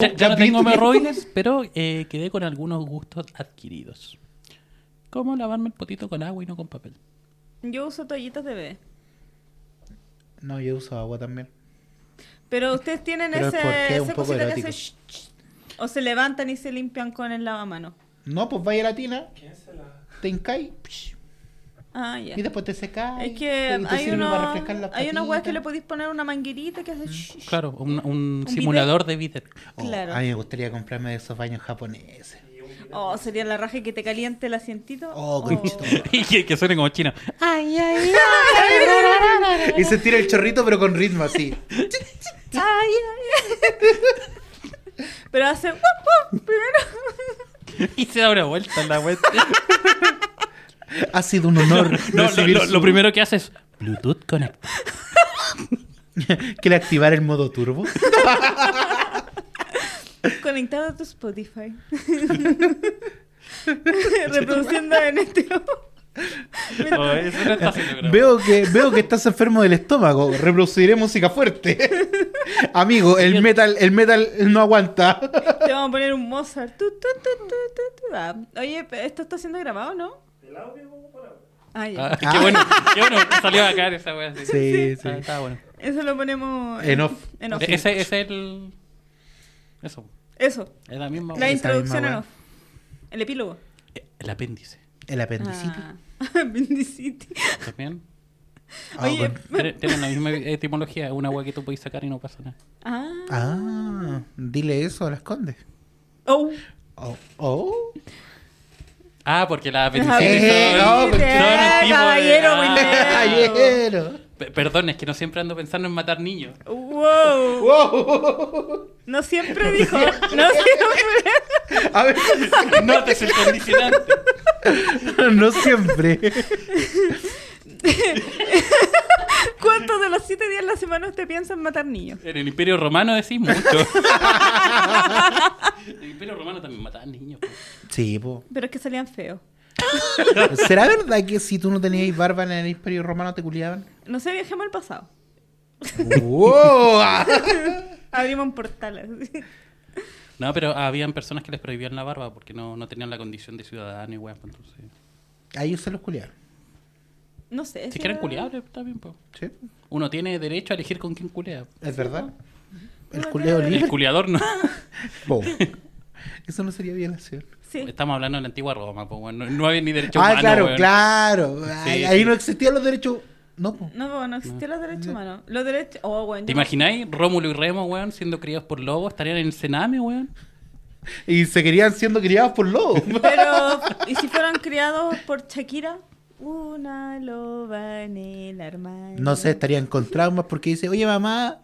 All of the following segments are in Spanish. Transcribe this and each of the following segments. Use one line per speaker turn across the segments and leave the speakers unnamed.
Ya, ya no
Capítulo.
tengo hemorroides, pero eh, quedé con algunos gustos adquiridos. Como lavarme el potito con agua y no con papel.
Yo uso toallitas de bebé.
No, yo uso agua también.
Pero ustedes tienen
Pero es porque
ese,
es un
esa
poco
cosita que
erótico.
hace sh- sh- o se levantan y se limpian con el lavamano.
No, pues vaya a la tina, te hincáis psh,
Ah, ya.
y después te secáis.
Es que
y te
hay,
sirve
unos-
para refrescar las
hay unas
patitas.
weas que le podéis poner una manguerita que hace sh- sh-
Claro, un, un
bidet?
simulador de bidet.
Oh,
Claro.
A mí me gustaría comprarme de esos baños japoneses.
Oh, sería la raja que te caliente el asientito.
Oh, conchito.
y que, que suene como chino.
Ay, ay, ay,
Y se tira el chorrito, pero con ritmo así.
ay, ay. Pero hace guap, guap, primero.
Y se da una vuelta en la vuelta.
Ha sido un honor.
No, lo,
recibir
lo-
su-
lo primero que hace es Bluetooth Connect.
que le activar el modo turbo.
Conectado a tu Spotify. Reproduciendo en este.
Oh, eso no está haciendo, pero-
veo, que, veo que estás enfermo del estómago. Reproduciré música fuerte. Amigo, el metal, el metal no aguanta.
Te vamos a poner un Mozart. Tu, tu, tu, tu, tu, tu. Ah, Oye, pe- esto está siendo grabado, ¿no? El audio como
Ah,
Ah, ya.
Qué bueno, qué bueno. Salió a caer esa wea. así.
Sí,
Ah, estaba bueno.
Eso lo ponemos
En off.
En off.
E- Ese, ese es el. Eso.
Eso.
Es la misma
La
wea.
esa
introducción
misma wea.
en off. El epílogo.
El apéndice.
El apendicitis.
Ah. Bendicity.
También.
Ah,
Oye.
con-
Tiene- Tienen la misma eh, etimología. Una agua que tú puedes sacar y no pasa nada.
Ah.
Ah, dile eso a las condes.
Oh.
Oh. oh.
Ah, porque la
Eh,
apéndice. son-
no,
son el
porque-
Eh,
tipo de-
caballero,
Ah.
muy bien.
Caballero.
P- Perdón, es que no siempre ando pensando en matar niños.
Wow. No siempre dijo. No siempre.
A ver,
No te el condicionante.
no siempre.
¿Cuántos de los siete días de la semana usted piensa en matar niños?
En el Imperio Romano decís mucho. En el Imperio Romano también mataban niños. pues.
Sí, po.
Pero es que salían feos.
¿Será verdad que si tú no tenías barba en el Imperio Romano te culiaban?
No sé, viajemos al pasado.
¡Wow!
Abrimos un portal. así.
No, pero habían personas que les prohibían la barba porque no, no tenían la condición de ciudadano y weas. pues, Entonces.
A ellos se los culiaron.
No sé.
Si es
si
que eran
era-
culeables también, pues.
Sí,
Uno tiene derecho a elegir con quién culea.
es verdad. El
No,
culeo
claro.
libre.
El culeador no.
Oh. Eso no sería violación.
Sí.
Estamos hablando de la antigua Roma, pues, weón. No, no había ni derecho
ah,
humano,
claro,
weón.
claro. Ay,
Sí,
ahí
sí.
no existían los derechos. No, po.
No, po, no existían los derechos humanos. Los derechos. Oh, bueno.
¿Te imagináis Rómulo y Remo, weón, siendo criados por lobos? ¿Estarían en el cename, weón?
Y se querían siendo criados por lobos.
Pero, ¿y si fueran criados por Shakira? Una loba en el armario.
No sé, estarían con traumas porque dice, oye mamá,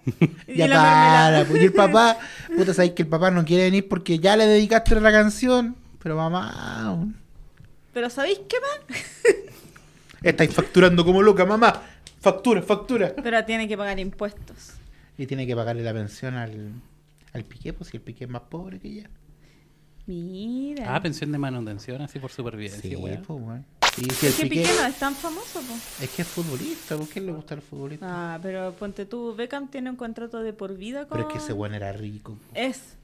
Y
ya
la
para.
mermelada.
pues. Y el papá, puta, sabéis que el papá no quiere venir porque ya le dedicaste la canción. Pero mamá,
Pero ¿sabéis qué más?
estáis facturando como loca, mamá. Factura, factura.
Pero tiene que pagar impuestos.
Y tiene que pagarle la pensión al, al piqué, pues si el piqué es más pobre que ella.
Mira.
Ah, pensión de manutención, así por supervivencia,
Sí,
weón.
pues, weón. Sí, sí, el
Es que
piqué,
Piqué no es tan famoso, po.
es que es futbolista, ¿por qué le gusta el futbolista?
Ah, pero ponte tú, Beckham tiene un contrato de por vida con...
Pero es que ese weón era rico.
Es.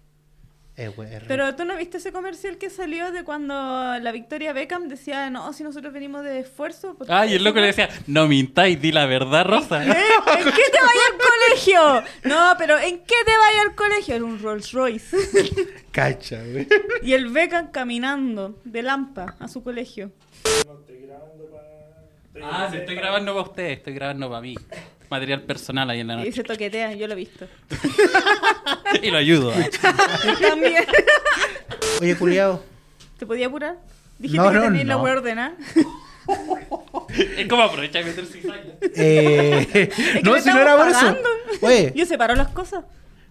Es, weón, es rico.
Pero tú no viste ese comercial que salió de cuando la Victoria Beckham decía, no, si nosotros venimos de esfuerzo... porque-
Ah, y el loco le decía, no mintáis, di la verdad, Rosa.
¿Eh? ¿En qué te vaya al colegio? No, pero ¿en qué te vaya al colegio? Era un Rolls Royce.
Cacha, weón.
y el Beckham caminando de Lampa a su colegio.
Ah, si estoy grabando para ustedes, estoy grabando para mí. Material personal ahí en la
Y
noche.
se toquetea, yo lo he visto.
Y lo ayudo. ah.
También.
Oye, culiado.
¿Te podía apurar? Dijiste
No,
que
no,
tenías la
no.
wea ordenada.
Es como aprovechar y meter cizaña.
Eh,
que
no,
le
si no
estamos
era por eso.
pagando.
Oye,
Yo separo las cosas.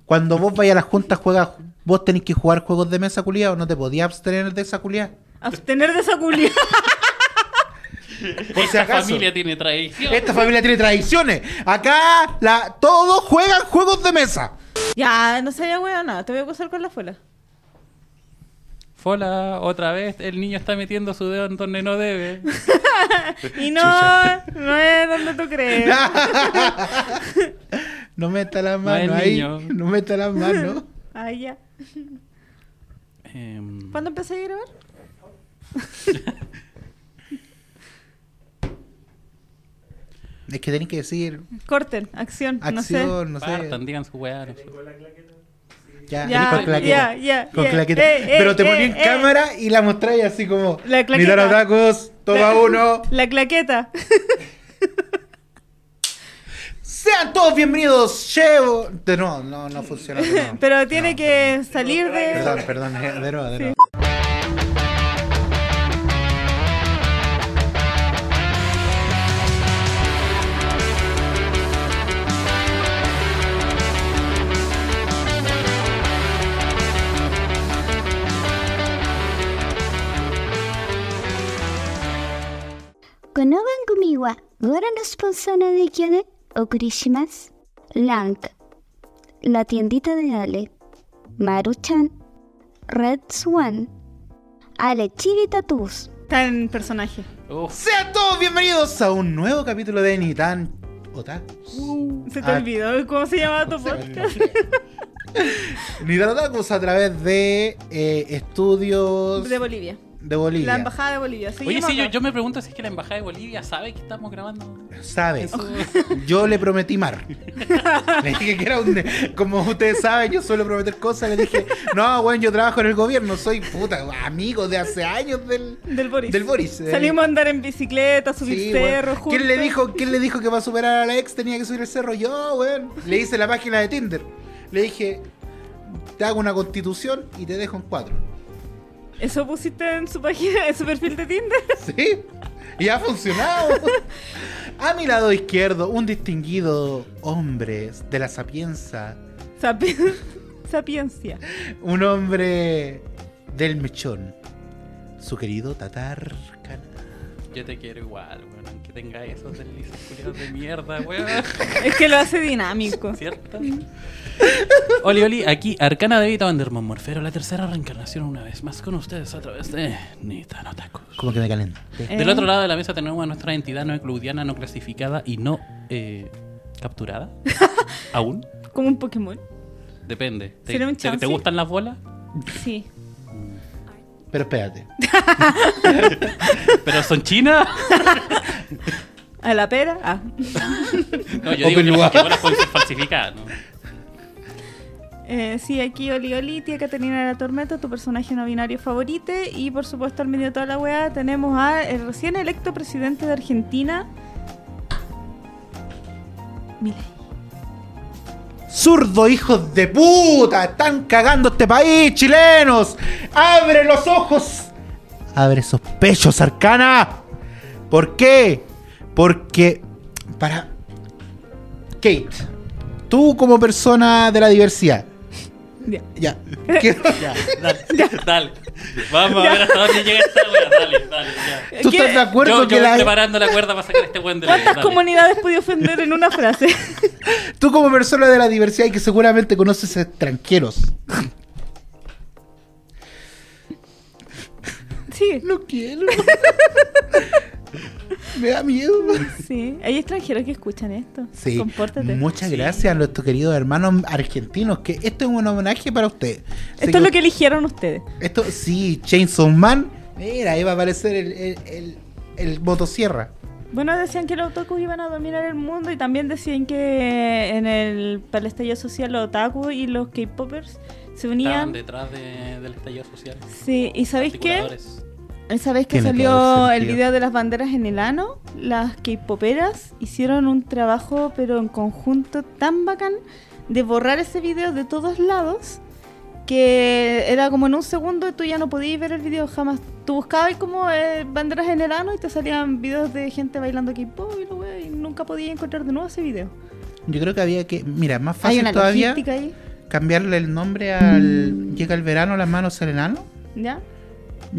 cuando vos vayas a las juntas, juegas, vos tenés que jugar juegos de mesa culiado. No te podías abstener de esa culiada.
Abstener de esa culia.
Por si
Esta
acaso.
familia tiene tradición.
Esta familia tiene tradiciones. Acá la, todos juegan juegos de mesa.
Ya, no se haya nada. Te voy a acusar con la fuela.
Fola, otra vez, el niño está metiendo su dedo en donde no debe.
Y no, no es donde tú crees.
No meta las
No es
manos ahí.
niño.
No meta las manos.
Ay, ya.
Em,
¿Cuándo empecé a grabar?
Es que tenéis que decir
Corten, acción, no sé.
acción, no sé.
Partan, digan su weá. no sé.
Ya,
Ya,
con claqueta.
ya, ya,
Con
ya.
claqueta.
Eh, eh,
Pero te poní
eh,
en
eh.
cámara y la mostráis así como.
La claqueta.
Mirar a tacos, toma uno.
La claqueta.
Sean todos bienvenidos, llevo. De- No, no, no funciona. de nuevo.
Pero tiene
No,
que salir de.
Perdón, perdón, eh, de nuevo, de nuevo.
この番組はご覧のスポンサーの影響でお送りします。ランク、ラティンディタであれ、マルちゃん、レッツワン、アレチリタトゥース。
Está en personaje.
Uf,
Sean todos bienvenidos a un nuevo capítulo de Nitan Otakus.
Se te
Ah.
olvidó cómo se llamaba tu podcast.
Nitan Otakus a través de eh, estudios
De Bolivia.
de Bolivia.
La embajada de Bolivia.
Oye,
Seguimos
sí, yo,
acá.
yo me pregunto si es que la embajada de Bolivia sabe que estamos grabando.
Sabes, yo le prometí mar. Le dije que era un. Como ustedes saben, yo suelo prometer cosas. Le dije, no, bueno, yo trabajo en el gobierno, soy puta, amigo de hace años del.
Del Boris.
Del Boris, eh.
Salimos a andar en bicicleta, subir
Sí,
cerros
weón. ¿Quién le
juntos.
dijo, quién le dijo que para superar a la ex tenía que subir el cerro? Yo, weón. Le hice la página de Tinder. Le dije, te hago una constitución y te dejo en cuatro.
Eso pusiste en su página, en su perfil de Tinder.
¿Sí? Y ha funcionado. A mi lado izquierdo, un distinguido hombre de la sapienza.
Sapi- Sapiencia.
Un hombre del mechón. Su querido Tatar Cana.
Yo te quiero igual, weón. Aunque tenga esos deslizos culiados de mierda, weón.
Es que lo hace dinámico.
¿Cierto? Oli, Oli, aquí Arcana de Vita Vanderman Morfero, la tercera reencarnación una vez más con ustedes a través de Nita Otakus.
Como que me calenta.
Eh,
Del otro lado de la mesa tenemos a nuestra entidad no ecludiana, no clasificada y no eh, capturada. Aún.
Como un Pokémon.
Depende. ¿Te,
¿Será un
te- te
Chansey?
gustan las bolas?
Sí.
Pero espérate.
¿Pero son chinas?
A la pera. Ah.
No, yo
O
digo que las
peludas.
que bolas pueden ser falsificadas. ¿no?
Eh, sí, aquí Oli Oli, tía Caterina de la Tormenta, tu personaje no binario favorito. Y por supuesto, al medio de toda la weá, tenemos a el recién electo presidente de Argentina. Milei.
Zurdo, hijos de puta. Están cagando este país, chilenos. Abre los ojos. Abre esos pechos, Arcana. ¿Por qué? Porque... Para... Kate, tú como persona de la diversidad.
Ya.
Ya. ¿Qué-
Dale, dale. Vamos a ver hasta dónde llega esta wea. Dale, dale, ya.
¿Tú
¿Qué?
estás de acuerdo
Yo, yo
que
voy
la...
preparando la cuerda para sacar a este buen de la
¿Cuántas comunidades pude ofender en una frase?
Tú como persona de la diversidad y que seguramente conoces extranjeros.
sí.
No quiero. Me da miedo.
Sí. Hay extranjeros que escuchan esto.
Sí.
Compórtate.
Muchas
Sí.
gracias a nuestros queridos hermanos argentinos, que esto es un homenaje para usted. Sé
Esto es lo que eligieron ustedes.
Esto, sí, Chainsaw Man. Mira, ahí va a aparecer el, el, el, el motosierra.
Bueno, decían que los otakus iban a dominar el mundo y también decían que en el, para el estallido social los otakus y los K-popers se
Estaban
unían.
detrás de- del estallido social.
Sí, y ¿sabéis qué?
Articuladores.
¿Sabéis que
Tiene todo
salió
el
el
sentido.
video de las banderas en el ano? Las K-poperas hicieron un trabajo, pero en conjunto, tan bacán de borrar ese video de todos lados que era como en un segundo y tú ya no podías ver el video jamás. Tú buscabas como eh, banderas en el ano y te salían videos de gente bailando K-pop y, la wea, y nunca podías encontrar de nuevo ese video.
Yo creo que había que. Mira, más
Hay
fácil
una
todavía
logística ahí,
cambiarle el nombre al. Llega el verano, las manos al enano.
¿ya?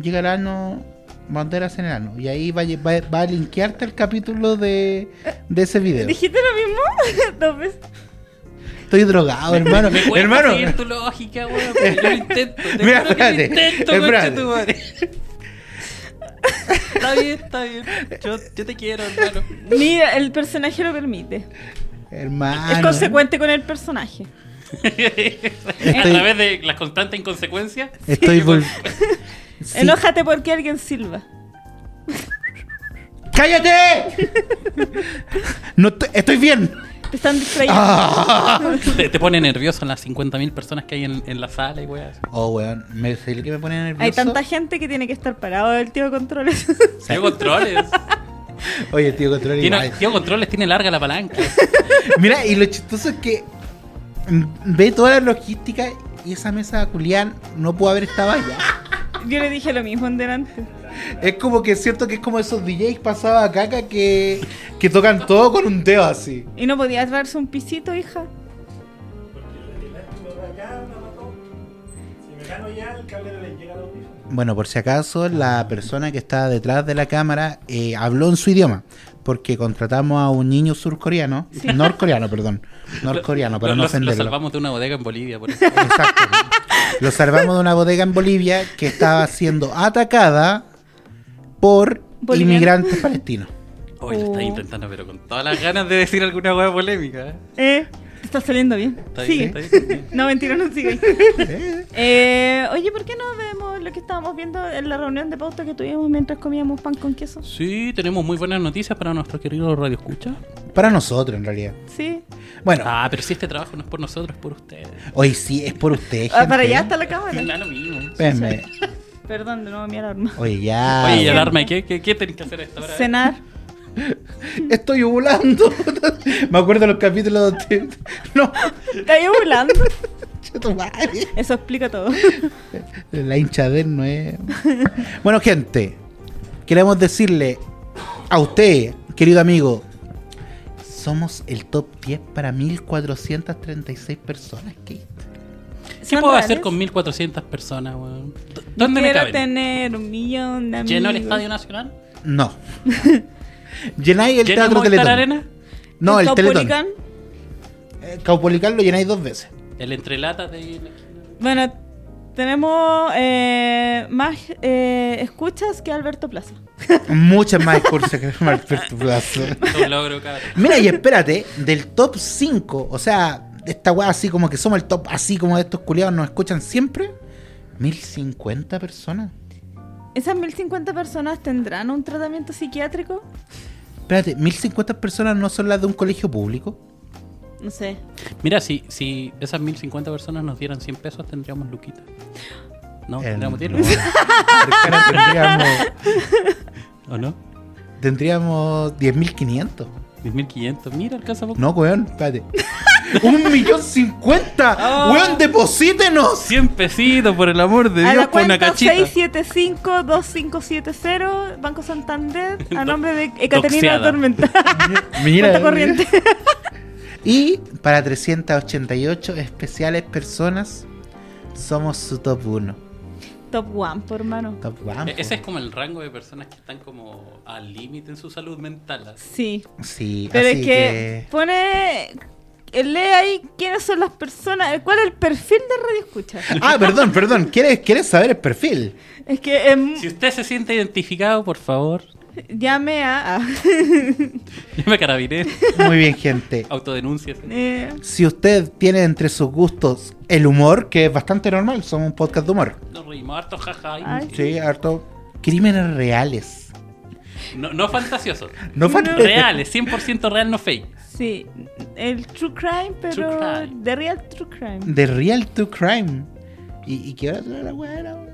Llega el ano, banderas en el ano. Y ahí va, a lle- va, va a linkearte el capítulo de, de ese video.
¿Dijiste lo mismo? Dos veces.
Estoy drogado, hermano.
Me cuesta
hermano.
seguir tu lógica, weón. pero Yo lo intento. Te
Mira,
juro que lo
espérate,
intento,
espérate.
concha tu madre. Está bien, está bien. Yo, yo te quiero, hermano.
Mira, el personaje lo permite.
Hermano.
Ah, es consecuente con el personaje.
A
Estoy-
través de las constantes inconsecuencias.
Estoy vol- Sí.
Enójate porque alguien silba.
¡Cállate! No estoy- estoy bien.
Te están distrayendo.
Ah.
Te, te pone nervioso en las 50.000 personas que hay en, en la sala y weas.
Oh, weón. Me, ¿sabes lo que me pone nervioso?
Hay tanta gente que tiene que estar parado el tío de controles.
Tío Controles.
Oye, tío, control
Tiene,
igual.
tío Controles tiene larga la palanca.
Mira, y lo chistoso es que mm, ve toda la logística y esa mesa culián no pudo haber estado allá.
Yo le dije lo mismo en delante.
Es como que siento que es como esos DJs pasados a caca que, que tocan todo con un dedo así.
¿Y no podía traerse un pisito, hija?
Bueno, por si acaso, la persona que está detrás de la cámara eh, habló en su idioma. Porque contratamos a un niño surcoreano, norcoreano, perdón, norcoreano, para
Lo-
no
lo- Lo
ofenderlo.
salvamos de una bodega en Bolivia. Por eso.
Exacto. Lo salvamos de una bodega en Bolivia que estaba siendo atacada por
Boliviano.
inmigrantes palestinos.
Hoy lo estás
Oh.
intentando, pero con todas las ganas de decir alguna wea polémica. ¿eh?
Eh, te está saliendo bien.
Está
Sigue.
bien, está bien.
No, mentira, no sigue.
¿Eh?
Eh, oye, ¿por qué no vemos lo que estábamos viendo en la reunión de pauta que tuvimos mientras comíamos pan con queso?
Sí, tenemos muy buenas noticias para nuestro querido Radio Escucha.
Para nosotros, en realidad.
Sí.
Bueno,
Ah, pero si este trabajo no es por nosotros, es por ustedes.
hoy sí es por ustedes.
Ah, para
gente.
allá está la cámara.
Da lo mismo.
Espérenme.
Perdón, de nuevo mi alarma.
Oye, ya.
Oye, y
bueno.
alarma, ¿qué, qué, qué tenés que hacer a esta hora?
Cenar.
Estoy ovulando. Me acuerdo los capítulos donde. No,
¿Está ahí volando?
cheto madre.
Eso explica todo.
La hincha de él no es. Bueno, gente, queremos decirle a usted, querido amigo, somos el top 10 para 1436 personas. ¿Qué?
¿Qué puedo hacer con 1400 personas, weón? ¿Dó- ¿Dónde me
Quiero
caben?
tener un millón de amigos.
¿Lleno el Estadio Nacional?
No. ¿Llenáis el
¿Lleno
teatro
Movistar
Teletón?
Arena?
No, el Teletón.
Caupolicán.
Eh, Caupolicán lo llenáis dos veces.
¿El entrelata de.?
Bueno, tenemos eh, más eh, escuchas que Alberto Plaza.
Muchas más cursos que Alberto Plaza.
Todo logro, cabrón.
Mira, y espérate, del top 5, o sea, de esta weá así como que somos el top, así como de estos culiados nos escuchan siempre, 1050 personas.
¿Esas 1050 personas tendrán un tratamiento psiquiátrico?
Espérate, 1050 personas no son las de un colegio público.
No sé.
Mira, si, si esas 1050 personas nos dieran 100 pesos, tendríamos Luquita. No,
Eh,
tendríamos
no.
dinero.
Cercana, tendríamos,
¿O no?
tendríamos 10.500.
10.500. Mira, alcanza poco.
No, weón, espérate. ¡Un millón cincuenta! ¡Weón, deposítenos!
100 pesitos, por el amor de
A
Dios,
la
por una
cuenta
cachita.
675-2570, Banco Santander, a nombre de Ecaterina
Doxeada.
Tormenta.
Mira,
Cuenta corriente.
Y para 388 especiales personas, somos su top 1.
Top One, por mano.
Top one,
E- Ese es
po.
como el rango de personas que están como al límite en su salud mental. así.
Sí.
pues. Sí,
Pero
así
es que, pone. eh, Lee ahí quiénes son las personas. eh, ¿Cuál es el perfil de Radio Escucha?
Ah, perdón, perdón. ¿Quieres, ¿Quieres saber el perfil?
Es que em,
Si usted se siente identificado, por favor,
llame a. a-
llame a Carabiner,
Muy bien, gente.
autodenuncias.
eh,
Si usted tiene entre sus gustos el humor, que es bastante normal, somos un podcast de humor.
Nos reímos harto, jaja. y-
Ay.
Sí, harto. Crímenes reales.
No, no fantasiosos.
No falta.
Reales, 100% real, no fake.
sí, el True Crime, pero.
True crime.
De Real True Crime.
De Real to Crime. ¿Y, y qué hora era la weá? era, weón?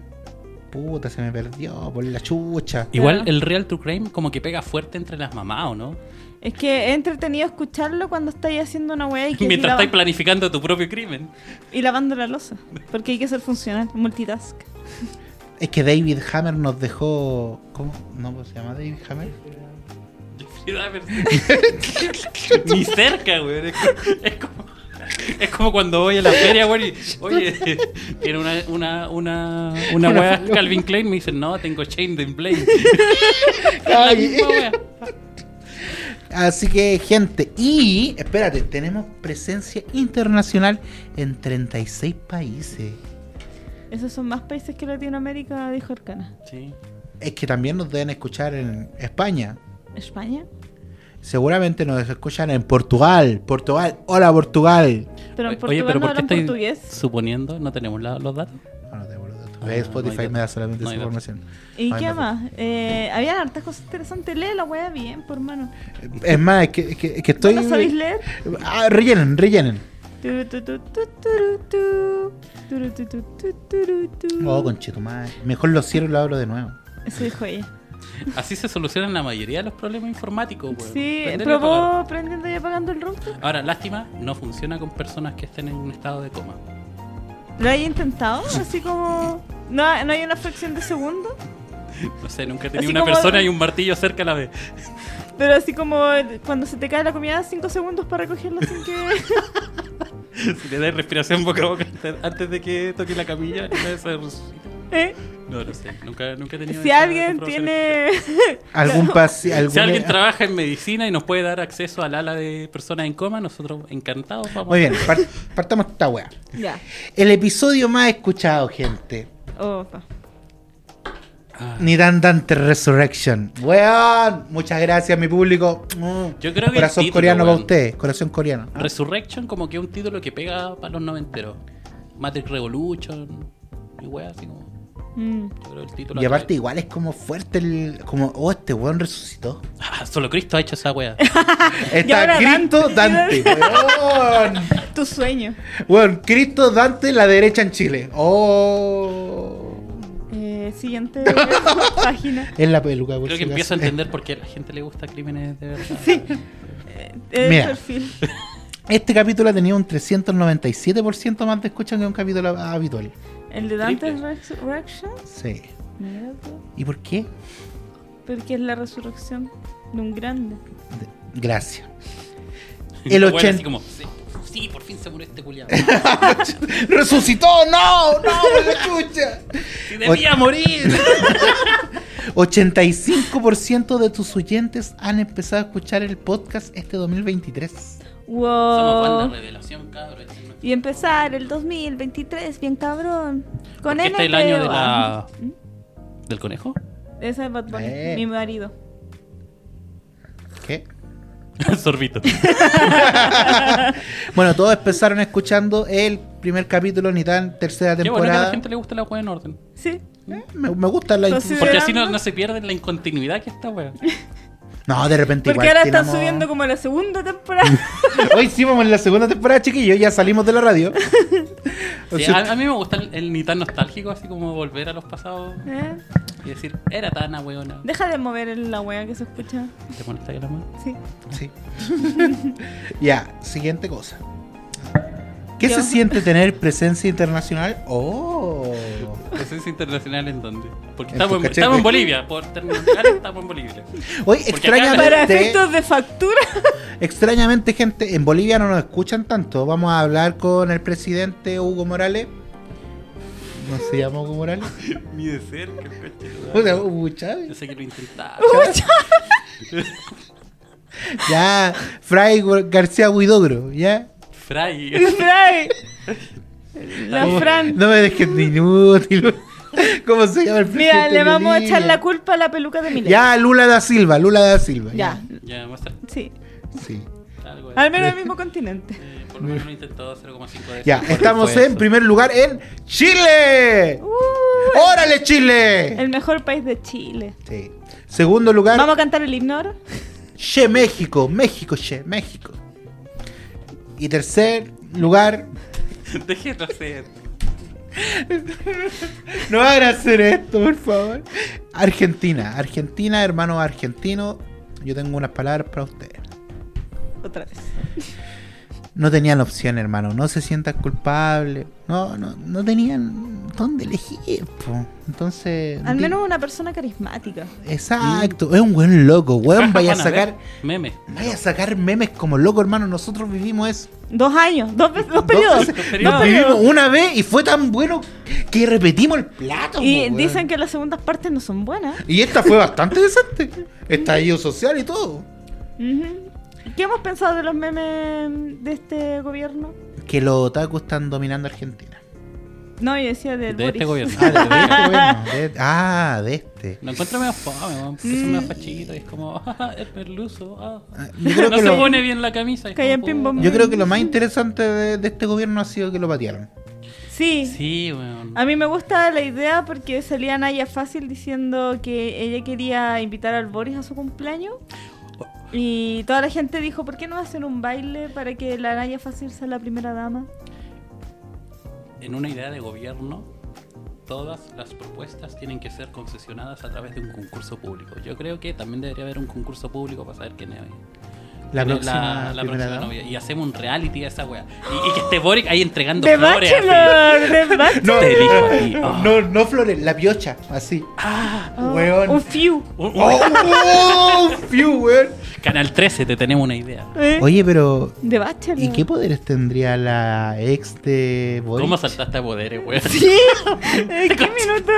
Puta, se me perdió por la chucha.
Igual
Claro.
el real true crime como que pega fuerte entre las mamás, ¿o no?
Es que es entretenido escucharlo cuando estáis haciendo una wea y, que y,
Mientras
lava-
estáis planificando tu propio crimen.
y lavando la losa. Porque hay que ser funcional, multitask.
Es que David Hammer nos dejó. ¿Cómo? ¿No ¿cómo se llama David Hammer?
Ni cerca, güey. Es como, es como- es como cuando voy a la feria, güey. y, Oye, tiene una, una, una, una wea Calvin Klein. Me dicen, no, tengo Chain and Blade. La
Ay.
misma wea.
Así que, gente, y espérate, tenemos presencia internacional en 36 países.
Esos son más países que Latinoamérica, dijo Arcana.
Sí.
Es que también nos deben escuchar en España.
España.
Seguramente nos escuchan en Portugal. Portugal, hola Portugal.
Pero en
Oye,
Portugal
pero
no
¿por qué
hablan
estáis
portugués.
suponiendo? ¿No tenemos la- los datos?
No, no tengo los datos.
Ah, no
Spotify
hay
me da solamente
no
esa
hay datos.
información.
¿Y
Ay,
qué
no.
más? Eh, había hartas cosas interesantes. Lee la weá bien, por mano.
Es más, es que, es que, es que
¿No
estoy.
la sabéis leer?
Ah, rellenen, rellenen.
Tu, tu, tu, tu, turu, tu. Turu, tu, tu, tu, turu, tu.
Oh, conchito, madre. Mejor lo cierro y lo abro de nuevo.
Eso dijo ella.
Así se solucionan la mayoría de los problemas informáticos, weón.
Sí,
Prender y apagar.
probó prendiendo y apagando el router.
Ahora, lástima, no funciona con personas que estén en un estado de coma.
¿Lo hay intentado? Así como. No, no hay una fracción de segundo.
No sé, nunca he tenido
Así
una
como-
persona y un martillo cerca a la vez.
Pero así como cuando se te cae la comida, 5 segundos para recogerla sin que.
Si le das respiración boca a boca antes- antes de que toque la camilla, nadie se resucita.
¿Eh?
No, no sé, nunca, nunca he tenido
Si
esa
alguien
comprobación.
tiene.
Algún pase. Algún, e-
Si alguien trabaja en medicina y nos puede dar acceso al ala de personas en coma, nosotros encantados vamos.
Muy bien, par- partamos esta weá.
ya.
El episodio más escuchado, gente.
Opa.
Ah.
Nidan Dante Resurrection. Weón, muchas gracias, mi público. Mm.
Yo creo que
Corazón
el título,
coreano
weón.
para ustedes, corazón coreano. Ah.
Resurrection como que es un título que pega para los noventeros. Matrix Revolution, y wea, así como...
Mm.
Yo creo el título...
Y
atrae.
aparte, igual es como fuerte el. Como, oh, este weón resucitó.
Ah, solo Cristo ha hecho esa wea.
Y
Está
ahora
Cristo Dante,
Dante.
weón.
Tu sueño.
Weón, Cristo Dante, la derecha en Chile. Oh.
Eh, siguiente página.
Es la peluca, por
Creo
si
que
acaso.
empiezo a entender por qué a la gente le gusta crímenes de verdad.
Eh,
Mira.
perfil.
Este capítulo ha tenido un 397% más de escucha que un capítulo habitual.
El de Dante's
Triple.
Resurrection.
Sí.
Mira tú.
¿Y por qué?
Porque es la resurrección de un grande.
De- Gracias. El
La wea era
80.
así como, sí, sí, por fin se murió este culiado.
¡Resucitó! ¡No! ¡No! ¡Me escucha!
¡Si debía morir!
85% de tus oyentes han empezado a escuchar el podcast este 2023.
Somos banda
Wow.
revelación, cabrón. Este no-
Oh. Y empezar el 2023, bien cabrón. Con
Porque
él ¿Mm?
este es el año de la... ¿Del conejo?
Esa es Bad Bunny,
Eh.
mi marido.
¿Qué?
Sorbito.
Bueno, todos empezaron escuchando el primer capítulo, ni tan tercera
Qué bueno que a la
temporada.
gente le gusta la wea en orden.
Sí.
Eh, me, me gusta la
Entonces-
Porque así no, no se pierde la incontinuidad que está, weón.
No, de repente
Porque
igual
ahora están
tiramos-
subiendo como la segunda temporada.
Hoy sí vamos en la segunda temporada, chiquillos, ya salimos de la radio. O
Sí,
sea,
a, a mí me gusta el, el ni tan nostálgico, así como volver a los pasados
¿Eh?
y decir, era tan ahueona.
Deja de mover el- la wea que se escucha.
¿Te molesta que la mano?
Sí.
sí. ya, siguiente cosa. ¿Qué
¿Qué
se
onda?
siente tener presencia internacional? Oh.
Presencia internacional en dónde? Porque
En
estamos
tu
en,
cachete.
estamos en Bolivia, por términos legales estamos en Bolivia.
Hoy
Porque acá-
Para
extrañamente,
efectos de factura.
extrañamente gente en Bolivia no nos escuchan tanto. Vamos a hablar con el presidente Hugo Morales. ¿No se llama Hugo Morales?
Ni de cerca, el coche.
O sea, Hugo Chávez.
Yo sé que lo intentaba.
Ya, Fray García Huidobro, ya.
Fray.
Fray. La Fran.
No me dejes de inútil. ¿Cómo se llama el presidente?
Mira, le
de
vamos a
Bolivia?
echar la culpa a la peluca de Milena.
Ya, Lula da Silva, Lula da Silva.
Ya.
Ya, muestra
Sí.
Sí.
algo.
Al menos el mismo continente.
Eh, por lo menos lo intentó 0,5 veces.
Ya,
Por
estamos
esfuerzo.
en primer lugar en Chile.
Uh,
¡Órale, Chile!
el mejor país de Chile.
Sí. Segundo lugar,
Vamos a cantar el himno ahora.
Che México, México, Che, México. Y tercer lugar,
Déjenlo hacer.
no van a hacer esto, por favor. Argentina, Argentina, hermanos argentinos, yo tengo unas palabras para ustedes.
Otra vez.
No tenían opción, hermano. No se sientan culpables. No, no, no tenían dónde elegir. po. Entonces.
Al
di-
menos una persona carismática.
Exacto. Es un buen loco, weón.
Caja
Vaya a
Juana,
sacar.
¿ves? Meme.
Vaya a sacar memes como loco, hermano. Nosotros vivimos eso.
Dos años, dos, ve- dos
Dos
periodos.
veces.
Dos
Nos
periodos.
vivimos una vez y fue tan bueno que repetimos el plato. po,
Y
weón.
dicen que las segundas partes no son buenas.
Y esta fue bastante decente. Estallido social y todo.
Ujú. ¿Qué hemos pensado de los memes de este gobierno?
Que los otakus están dominando Argentina.
No, yo decía del
De este
Boris.
gobierno.
Ah, de este, bueno, de- ah, de este.
Lo encuentro medio fome, weón, porque es una fachita y es como, ah, es merluzo, ah.
Mm. Yo creo,
no
que
se
lo,
pone bien la camisa. es
Calla en
como,
pin bom.
puta.
yo creo que lo más interesante de, de este gobierno ha sido que lo patearon.
Sí.
Sí, weón.
A mí me gusta la idea porque salía Naya Fácil diciendo que ella quería invitar al Boris a su cumpleaños. Y toda la gente dijo, ¿por qué no hacen un baile para que la Naya Fácil sea la primera dama?
En una idea de gobierno, todas las propuestas tienen que ser concesionadas a través de un concurso público. Yo creo que también debería haber un concurso público para saber quién es
La
quién es
próxima,
la- la
primera
próxima
dama.
novia. Y hacemos un reality a esa wea. Y, y que esté Boric ahí entregando
¡The
flores. así.
Bachelor! ¡The Bachelor!
No,
Te elijo a ti. Ah.
no, no flores, la piocha, así.
Oh,
Weón.
Un few.
Un- un-
¡Oh, oh, fiu, weón!
Canal 13, te tenemos una idea.
¿eh?
Oye, pero
The Bachelor.
¿y qué poderes tendría la ex de Boris?
¿Cómo saltaste a poderes, weón?
¿Sí? Eh, ¿Qué minuto?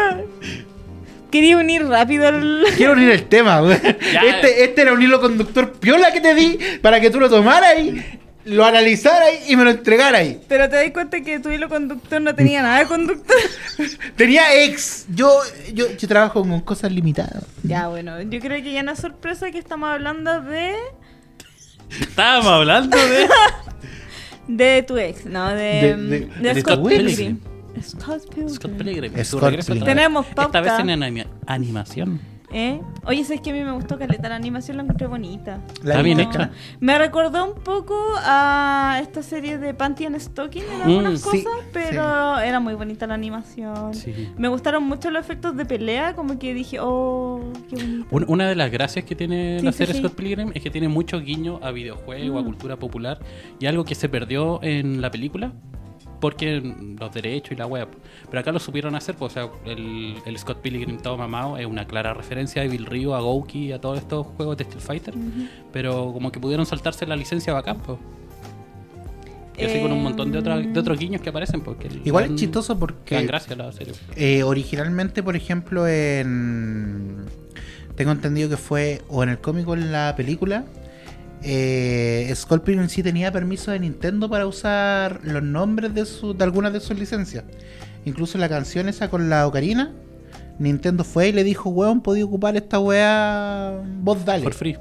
Quería unir rápido al...
Quiero unir el tema, weón.
Ya.
Este, este era un hilo conductor piola que te di para que tú lo tomaras y lo analizaras y me lo entregaras.
Pero te das cuenta que tu hilo conductor no tenía nada de conductor.
Tenía ex. Yo, yo, yo trabajo con cosas limitadas.
ya, bueno, yo creo que ya no es sorpresa que estamos hablando de...
Estábamos hablando de.
De tu ex, no, de,
De- de-
de
de
Scott
Scott
Pilgrim. Scott Pilgrim.
Scott Pilgrim.
Es
su
Scott
regreso
Pilgrim.
otra vez.
Tenemos pauta.
Esta vez en anima- animación.
¿Eh? Oye, ¿sabes que a mí me gustó Caleta? La animación la encontré bonita. Ah.
La
Está bien
limita-
hecha.
Me recordó un poco a esta serie de Panty and Stocking en
Mm,
algunas
sí,
cosas, pero era muy bonita la animación.
Sí.
Me gustaron mucho los efectos de pelea, como que dije, oh, qué bonito.
Un- Una de las gracias que tiene
Sí,
la
sí,
serie
sí.
Scott Pilgrim es que tiene mucho guiño a videojuegos,
Mm.
a cultura popular y algo que se perdió en la película porque los derechos y la web. Pero acá lo supieron hacer, pues, o sea, el, el Scott Pilgrim todo mamado es una clara referencia a Evil Rio, a Gouki, a todos estos juegos de Street Fighter, pero como que pudieron saltarse la licencia bacán, pues. Y así
Em,
con un montón de, otra- de otros guiños que aparecen, porque le
Igual
dan-
es chistoso
le dan
porque
gracia a la serie.
eh, originalmente, por ejemplo, en. Tengo entendido que fue o en el cómic o en la película. Eh, Scorpion sí tenía permiso de Nintendo para usar los nombres de, su, de algunas de sus licencias. Incluso la canción esa con la ocarina. Nintendo fue y le dijo, weón, podía ocupar esta weá. Vos dale.
Por free.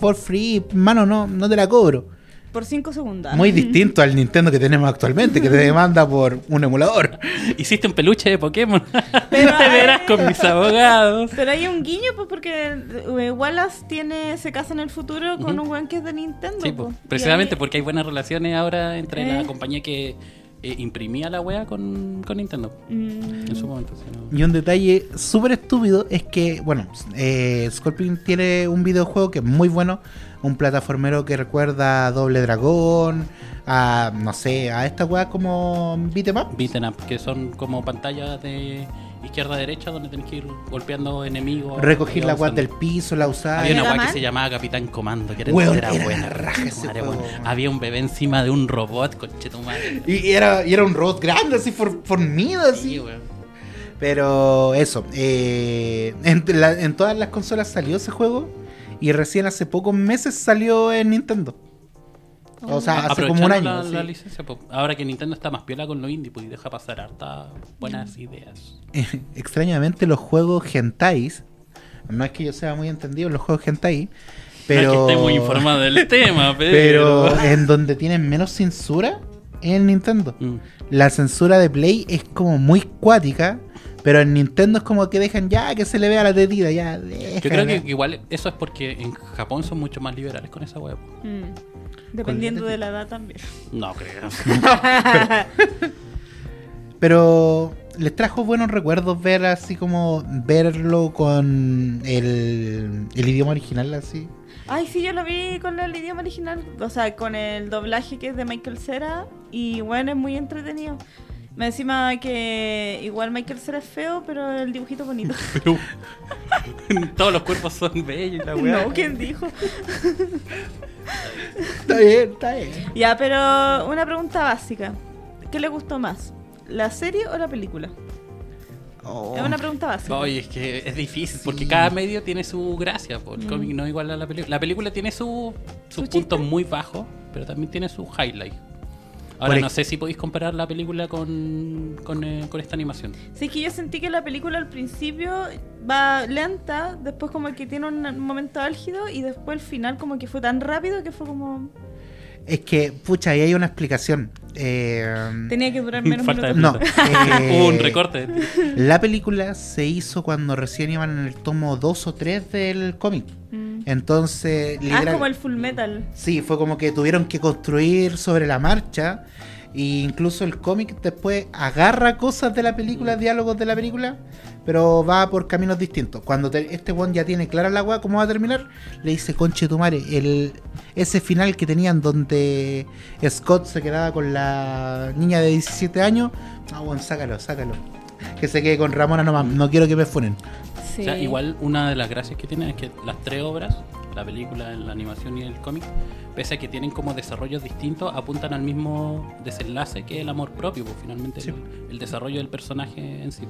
For free. Mano, no, no te la cobro.
Por 5 segundos.
Muy distinto al Nintendo que tenemos actualmente, que te demanda por un emulador.
Hiciste un peluche de Pokémon.
Pero-
te verás con mis abogados.
Pero hay un guiño, pues, porque eh, Wallace tiene, se casa en el futuro con
Ujú.
un weón que es de Nintendo.
Sí,
pues.
pues,
Y
precisamente
ahí-
porque hay buenas relaciones ahora entre
Eh.
la compañía que eh, imprimía la wea con, con Nintendo
Mm,
en su momento. si no-
Y un detalle súper estúpido es que, bueno, eh, Scorpion tiene un videojuego que es muy bueno, un plataformero que recuerda a Doble Dragón, a, no sé, a esta weá como Beat'em Up.
Beaten Em up, que son como pantallas de izquierda a derecha donde tenés que ir golpeando enemigos.
Recogir
y
la weá
avanzando.
del piso, la usar.
Había una
¿Mega
wea
Man?
que se llamaba Capitán Comando, que era
Weón,
entera
era
buena.
la raja ese
Madre,
juego,
weón.
weón.
Había un bebé encima de un robot, conchetumare.
Y era, y era un robot grande, así for- fornido,
Sí,
así.
weón.
Pero eso, eh, en, la- en todas las consolas salió ese juego y recién hace pocos meses salió en Nintendo. O sea, hace como
Aprovechando
un año.
la, la
sí.
licencia, pues, ahora que Nintendo está más piola con los indie, pues y deja pasar hartas buenas ideas.
extrañamente los juegos hentais no es que yo sea muy entendido en los juegos hentai
No
pero
es que esté muy informado del tema, pero.
pero en donde tienen menos censura es en Nintendo
Mm.
la censura de Play es como muy cuática pero en Nintendo es como que dejan ya que se le vea la tetita ya
Yo creo que
déjala.
igual eso es porque en Japón son mucho más liberales con esa web.
mm, Dependiendo de la edad también.
No creo.
pero les trajo buenos recuerdos ver así como verlo con el, el idioma original así
Ay, sí, yo lo vi con el idioma original, o sea, con el doblaje que es de Michael Cera y bueno, es muy entretenido. Me encima que igual Michael Cera es feo, pero el dibujito es bonito.
Pero todos los cuerpos son bellos y la wea.
no, ¿quién dijo?
está bien está bien
Ya, pero una pregunta básica. ¿Qué le gustó más? ¿La serie o la película?
Oh.
Es una pregunta básica.
Oye, es que es difícil porque
Sí.
cada medio tiene su gracia. po. El
Mm.
cómic no es igual a la película. La película tiene su- sus
¿Su
puntos
chiste?
muy bajos, pero también tiene su highlight. Ahora
Por
no
ej-
sé si podéis comparar la película con, con, eh, con esta animación.
Sí, es que yo sentí que la película al principio va lenta, después como que tiene un momento álgido y después el final como que fue tan rápido que fue como...
Es que, pucha, ahí hay una explicación. Eh,
Tenía que durar menos
Falta de
minutos.
no. eh,
Hubo un recorte.
La película se hizo cuando recién iban en el tomo 2 o 3 del cómic.
Mm.
Entonces,
Ah,
literal-
es como el full metal.
Sí, fue como que tuvieron que construir sobre la marcha. E incluso el cómic después agarra cosas de la
Mm.
película, diálogos de la película, pero va por caminos distintos. Cuando te- este one ya tiene clara la weá cómo va a terminar, le dice, conche tu madre, el, ese final que tenían donde Scott se quedaba con la niña de 17 años, ah, weón, sácalo, sácalo. Que se quede con Ramona nomás, no quiero que me funen.
Sí.
O sea, igual una de las gracias que tienen es que las tres obras, la película, la animación y el cómic, pese a que tienen como desarrollos distintos, apuntan al mismo desenlace que el amor propio, pues finalmente
Sí.
el, el desarrollo del personaje en sí.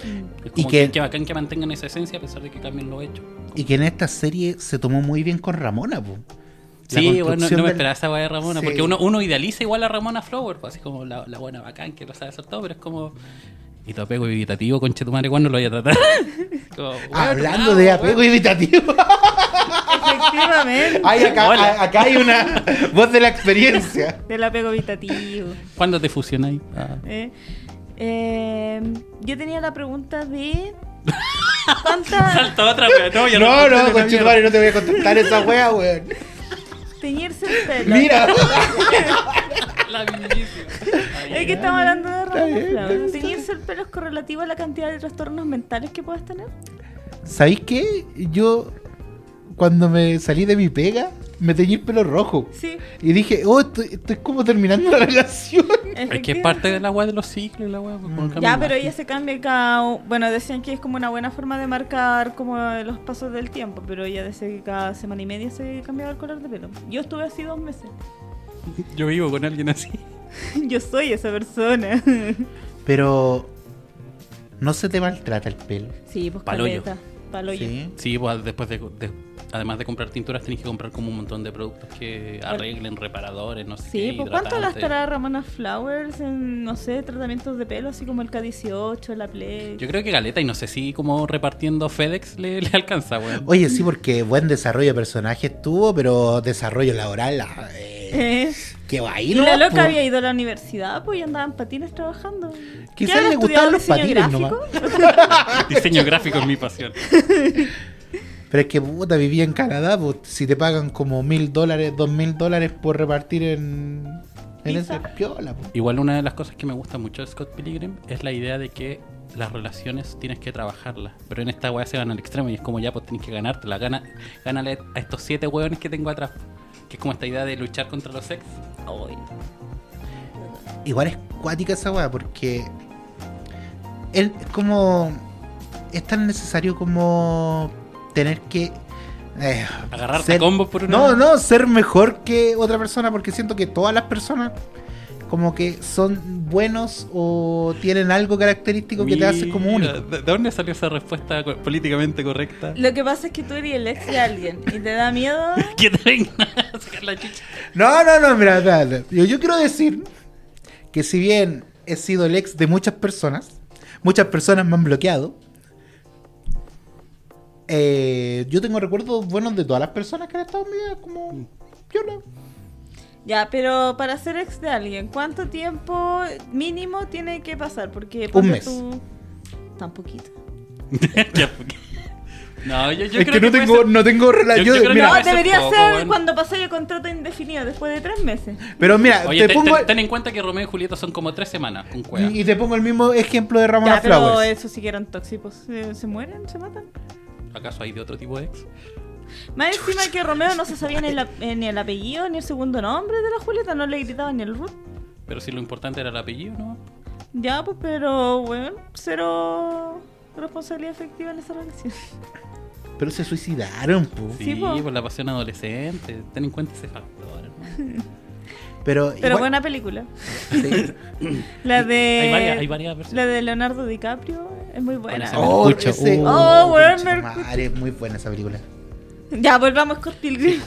Es
Y
como
que-
que, que bacán que mantengan esa esencia a pesar de que cambien lo hecho.
Y que en esta serie se tomó muy bien con Ramona, po. La
Sí, bueno,
construcción
no me
del-
esperaba esa weá de Ramona,
Sí.
porque uno, uno idealiza igual a Ramona Flower, pues, así como la, la buena bacán que lo sabe hacer todo, pero es como. Y tu apego evitativo, conche tu madre, ¿cuándo lo voy a tratar? Como, weón,
Hablando
bravo,
de
weón.
apego evitativo.
Efectivamente.
Ay, acá,
Hola.
a- acá hay una voz de la experiencia.
Del apego habitativo.
¿Cuándo te fusionáis? Ah.
Eh, eh, yo tenía la pregunta de... ¿Cuánta...
Ah. Salta otra, weá. No, ya respondí
No, no,
la mierda.
conchetumare, no te voy a contestar esa wea, weón.
Teñirse el pelo.
Mira,
La mismísima. Ay,
Es que estamos hablando de Ramona
bien,
Flower.
está bien.
¿Teñirse el pelo es correlativo a la cantidad de trastornos mentales que puedas tener?
¿sabéis qué? Yo, cuando me salí de mi pega, me teñí el pelo rojo.
Sí.
Y dije, oh, estoy, estoy como terminando la relación.
Es que es parte de la weá de los ciclos, la weá.
Mm.
pues, como el cambio
Ya, pero
mágico.
ella se cambia cada... u- Bueno, decían que es como una buena forma de marcar como los pasos del tiempo, pero ella decía que cada semana y media se cambiaba el color de pelo. Yo estuve así dos meses.
Yo vivo con alguien así.
Yo soy esa persona.
Pero, no se te maltrata el pelo.
Sí, pues
Paloyo.
caleta. Paloyo.
Sí.
Sí, pues después de, de- Además de comprar tinturas, tenés que comprar como un montón de productos que arreglen, reparadores, no sé qué.
Sí, pues ¿cuánto
hidratantes.
gastará Ramona Flowers en, no sé, tratamientos de pelo, así como el K18, la Play?
Yo creo que Galeta, y no sé si como repartiendo FedEx le, le alcanza, weón.
Oye, sí, porque buen desarrollo de personaje estuvo, pero desarrollo laboral, ah, eh,
Eh,
que va ahí,
y
¿no? pues.
la
Po.
loca había ido a la universidad, pues, y andaba en patines trabajando. ¿Qué
Quizás
habrá
le
estudiado
gustaban los
diseño
patines nomás.
Diseño gráfico es mi pasión.
Pero es que puta, vivía en Canadá, pues, si te pagan como mil dólares, dos mil dólares por repartir en, en
Pizza.
ese piola, pues.
Igual una de las cosas que me gusta mucho de Scott Pilgrim es la idea de que las relaciones tienes que trabajarlas. Pero en esta weá se van al extremo y es como ya pues tienes que ganártela. Gana, gánale a estos siete weones que tengo atrás. Que es como esta idea de luchar contra los ex.
Ay, no.
Igual es cuática esa weá, porque él es como. Es tan necesario como tener que. eh,
Agarrarte
ser-
a combos por una.
No, no, ser mejor que otra persona, porque siento que todas las personas como que son buenos o tienen algo característico que te hace como
Mira,
único.
¿De de dónde salió esa respuesta co- políticamente correcta?
Lo que pasa es que tú eres el ex de alguien y te da miedo.
Que te vengan a sacar la chicha.
No, no, no, mira, mira, mira. Yo, yo quiero decir que si bien he sido el ex de muchas personas, muchas personas me han bloqueado. eh, yo tengo recuerdos buenos de todas las personas que han estado en mi vida, como yo no.
Ya, pero para ser ex de alguien, ¿cuánto tiempo mínimo tiene que pasar? Porque
Un
ponte
mes.
tú- Tan poquito.
Ya, porque- no, yo, yo
es
creo
que no
puede
tengo,
ser-
no tengo rela-
Yo-
yo-
yo creo que
mira,
va
No,
eso es
debería
poco,
ser
bueno.
cuando pasé el contrato indefinido, después de tres meses.
Pero mira,
Oye,
te
te-
pongo
te- ten en cuenta que Romeo y Julieta son como tres semanas con cueva.
y, y te pongo el mismo ejemplo de Ramona
ya, pero
Flowers.
eso sí que eran tóxicos. ¿Se, se mueren? ¿Se matan?
¿Acaso hay de otro tipo de ex?
Más encima que Romeo no se sabía ni el, ap- eh, ni el apellido ni el segundo nombre de la Julieta, no le gritaban ni el Ruth.
Pero si lo importante era el apellido, ¿no?
Ya, pues, pero, bueno, cero responsabilidad efectiva en esa relación.
Pero se suicidaron, po.
Sí,
Sí, po.
por la pasión adolescente. Ten en cuenta ese factor. ¿no?
Pero,
Pero
igual-
buena película.
sí.
La de.
hay varias, hay varias versiones.
La de Leonardo DiCaprio es muy buena.
Buena
Oh,
Escucha,
ese-
uh.
Oh, weón,
conchetumare,
me-
es muy buena esa película.
Ya, volvamos con Pilgrim.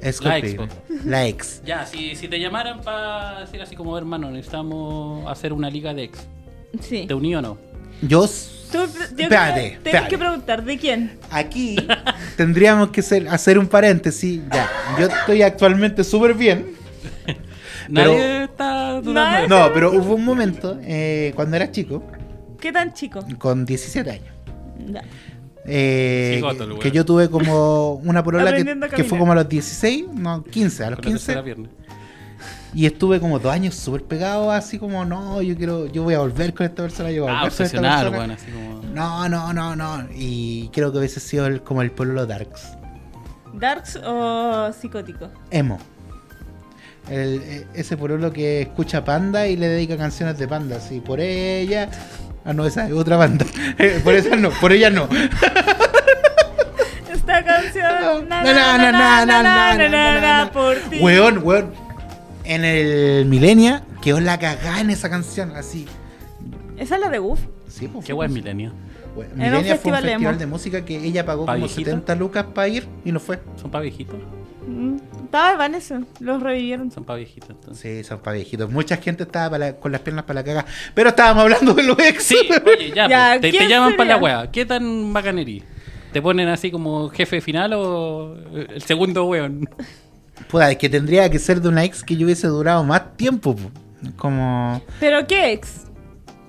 Es
La
culpable.
expo.
La ex.
Ya, si, si te llamaran para decir así como, hermano, necesitamos hacer una liga de ex.
Sí.
¿Te uní o no?
Yo. s-
Tú- yo creo que
espérate,
tienes
espérate.
que preguntar de quién.
Aquí tendríamos que ser- hacer un paréntesis. Ya. Yo estoy actualmente súper bien.
Nadie
Pero-
está
Nadie.
dudando.
No, pero hubo un momento eh, cuando era chico,
¿Qué tan chico?
con 17 años. Mm.
Ya.
eh,
Cigoto, el
que
weón.
yo tuve como una polola que,
Aprendiendo a
que fue
caminar.
como a los 16, no, 15, a los
Con la tercera
15.
pierna.
Y estuve como dos años súper pegado, así como, no, yo quiero, yo voy a volver con esta persona, yo voy a
Ah,
volver con esta
obsesionado,
persona.
weón, así como.
No, no, no, no. Y creo que hubiese sido el- como el pololo Darks.
¿Darks o psicótico?
Emo. El- e- ese pololo que escucha Panda y le dedica canciones de Panda. Así, por ella. Ah, no, esa es otra banda. por esa no, por ella no.
Esta canción.
Na, na, na, na, na, na, na, na, na.
por ti.
Weón, weón. En el Milenia quedó la cagada en esa canción. Así.
Esa es la de Goof.
Sí, pues,
Qué
fue-
guay es milenio.
Weón,
un
Milenia fue un
festival emo.
festival de música que ella pagó
¿Pa
como
viejito?
70 lucas para ir y no fue.
Son pa' viejitos.
Mm, Estaba Vanessa, los revivieron.
Son pa' viejitos, entonces.
Sí, son para viejitos. Mucha gente estaba para la- con las piernas para la caga. Pero estábamos hablando de los ex.
Sí, oye, ya.
Ya,
pues, te, te
¿quién
llaman para la
sería?
wea. ¿Qué tan bacanerí? ¿Te ponen así como jefe final o eh, el segundo weón?
Puta, es que tendría que ser de una ex que yo hubiese durado más tiempo. po. Como.
¿Pero qué ex?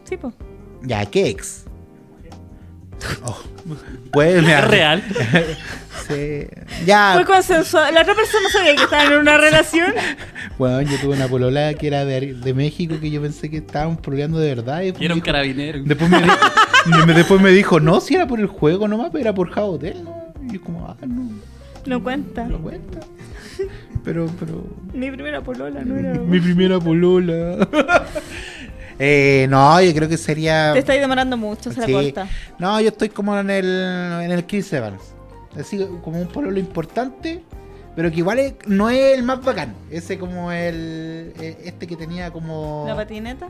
Sí, po.
Ya, ¿qué ex? Oh, Pues me
¿Es real?
Sí. Ya.
Fue consensuado. La otra persona sabía que estaban en una relación.
Bueno, yo tuve una polola que era de, de México que yo pensé que estaban pololeando de verdad. Y después,
Y era un
me dijo-
carabinero.
después me dijo, me- después me dijo, no, si era por el juego nomás, pero era por Java Hotel. ¿no?". Y yo como, ah, no,
No cuenta.
no cuenta. Pero, pero,
Mi primera polola no era.
mi primera polola. eh, no, yo creo que sería...
Te estáis demorando mucho, se la
Sí.
corta.
No, yo estoy como en el, en el Chris Evans. Así como un pololo importante, pero que igual es- no es el más bacán. Ese como el... eh, Este que tenía como...
¿La patineta?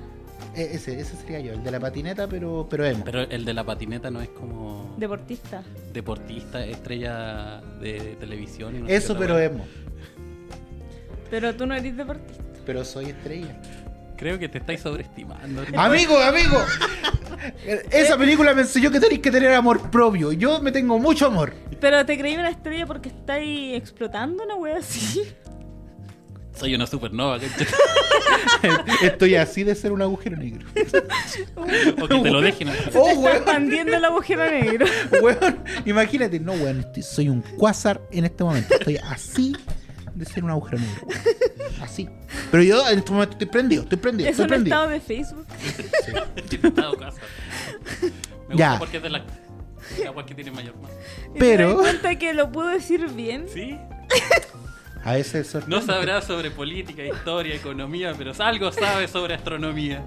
E- Ese, ese sería yo, el de la patineta, pero, pero emo.
Pero el de la patineta no es como
Deportista.
deportista, estrella de televisión. y no sé
Eso,
qué
pero
otra wea.
emo.
Pero tú no eres deportista.
Pero soy estrella.
Creo que te estáis sobreestimando.
amigo, amigo. Esa película me enseñó que tenéis que tener amor propio. Yo me tengo mucho amor.
Pero te creí una estrella porque estáis explotando una wea así.
Soy una supernova. concha.
Estoy así de ser un agujero negro.
o que te lo dejen.
Oh,
Está
weón,
expandiendo el agujero negro.
weón. Imagínate, no, weón. estoy- soy un cuásar en este momento. Estoy así de ser un agujero negro. Así. Pero yo en este momento estoy prendido, estoy prendido,
Es
estoy
un
prendido.
estado de Facebook.
Tiene estado casa. Me gusta
Ya.
porque es de la, de la wea que tiene mayor masa.
Y
Pero-
te das cuenta que lo puedo decir bien.
¿Sí?
A veces sorprende.
No sabrá sobre política, historia, economía, pero algo sabe sobre astronomía.